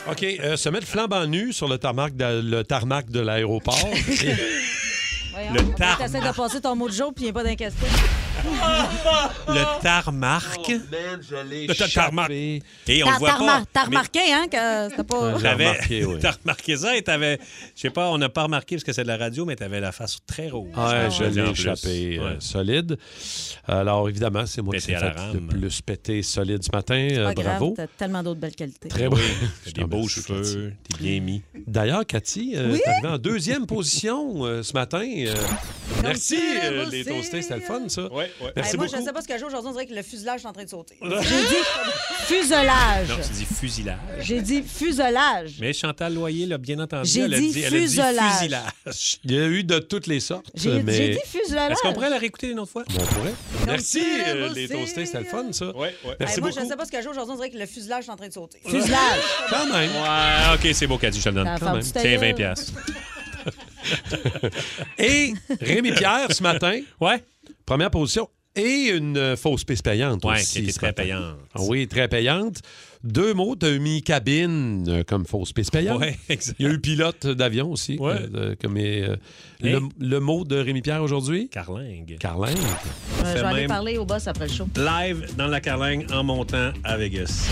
S3: OK, euh, se mettre flambant nu sur le tarmac de, le tarmac de l'aéroport.
S5: (laughs)
S4: Voyons,
S3: Le
S4: on dirait que
S3: tarmac.
S4: t'essaies de passer ton mot de jour puis il n'y a pas d'inquiétude.
S5: Le tarmac. le tarmac. Et on
S4: T'as-
S5: le voit
S4: t'as remar-
S5: pas.
S4: T'as
S5: mais-
S4: remarqué, hein, que c'était pas...
S5: T'avais- T'as
S3: remarqué,
S5: remarqué, (laughs)
S3: oui.
S5: ça et t'avais. Je sais pas, on n'a pas remarqué parce que c'est de la radio, mais t'avais la face très rose.
S3: Ah, Ouais, je l'ai
S5: En plus.
S3: échappé euh,
S5: Ouais.
S3: solide. Alors, évidemment, c'est moi
S5: Pété
S3: qui
S5: à
S3: s'est
S5: la
S3: fait
S5: rame.
S3: le plus pété solide ce matin. Euh,
S4: Pas grave,
S3: bravo.
S4: t'as tellement d'autres belles qualités.
S3: Très bon. (laughs)
S5: T'as des beaux cheveux, t'es bien mis.
S3: D'ailleurs, Cathy, euh,
S4: Oui?
S3: t'es arrivée en deuxième position euh, ce matin. euh, merci,
S4: ça,
S3: euh,
S4: merci.
S3: les toastés, c'était le fun, ça.
S4: Hey,
S3: Merci
S4: moi, je
S3: beaucoup.
S4: sais pas ce que j'ai aujourd'hui. On dirait que le fuselage est en train de sauter. J'ai dit fuselage.
S5: Non, tu dis fusilage.
S4: J'ai dit fuselage.
S5: Mais Chantal Loyer l'a bien entendu.
S4: J'ai
S5: elle a
S4: dit
S5: dit, elle a dit
S4: fuselage.
S5: fusilage.
S3: (laughs) Il y a eu de toutes les sortes.
S4: J'ai
S3: mais...
S4: j'ai dit fuselage.
S5: Est-ce qu'on pourrait la réécouter une autre fois?
S3: On pourrait. Merci,
S4: ça,
S3: euh, les
S4: aussi.
S3: toastés, c'était le fun, ça.
S4: Hey,
S3: Merci
S4: moi,
S3: beaucoup.
S4: je sais pas ce que j'ai aujourd'hui. On dirait que le fuselage est en train de sauter. Fuselage.
S3: Quand même.
S5: Ouais, OK, c'est beau, Cathy, je te le
S4: Ça
S5: donne.
S4: va faire du
S5: C'est
S4: tailleur.
S5: 20 piastres.
S3: Et Rémi Pierre, ce matin,
S5: (laughs) ouais.
S3: première position. Et une euh, fausse piste payante
S5: Ouais,
S3: aussi.
S5: qui était
S3: ce
S5: très
S3: matin.
S5: payante.
S3: Ah oui, très payante. Deux mots, t'as mis cabine euh, comme fausse piste payante.
S5: Ouais, exact.
S3: Il y a eu pilote d'avion aussi. euh, de- comme, euh,
S5: Hey.
S3: le, le mot de Rémi Pierre aujourd'hui?
S5: Carlingue.
S3: Carlingue.
S4: Euh, je vais
S5: Fait
S4: aller
S5: même-
S4: parler au boss après le show.
S5: Live dans la carlingue en montant à Vegas.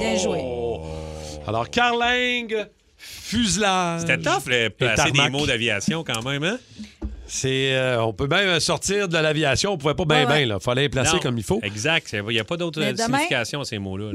S4: Bien joué.
S3: Alors, carlingue, fuselage.
S5: C'était
S4: Euh,
S5: tough, le placer des
S3: tarmac.
S5: mots d'aviation quand même, hein?
S3: C'est, euh, on peut bien sortir de l'aviation. On pouvait pas bien,
S5: Ouais, ouais.
S3: bien. Il fallait les placer
S5: Non.
S3: comme il faut.
S5: Exact. Il n'y a pas d'autre
S4: Mais
S5: euh,
S4: demain-
S5: signification à ces mots-là.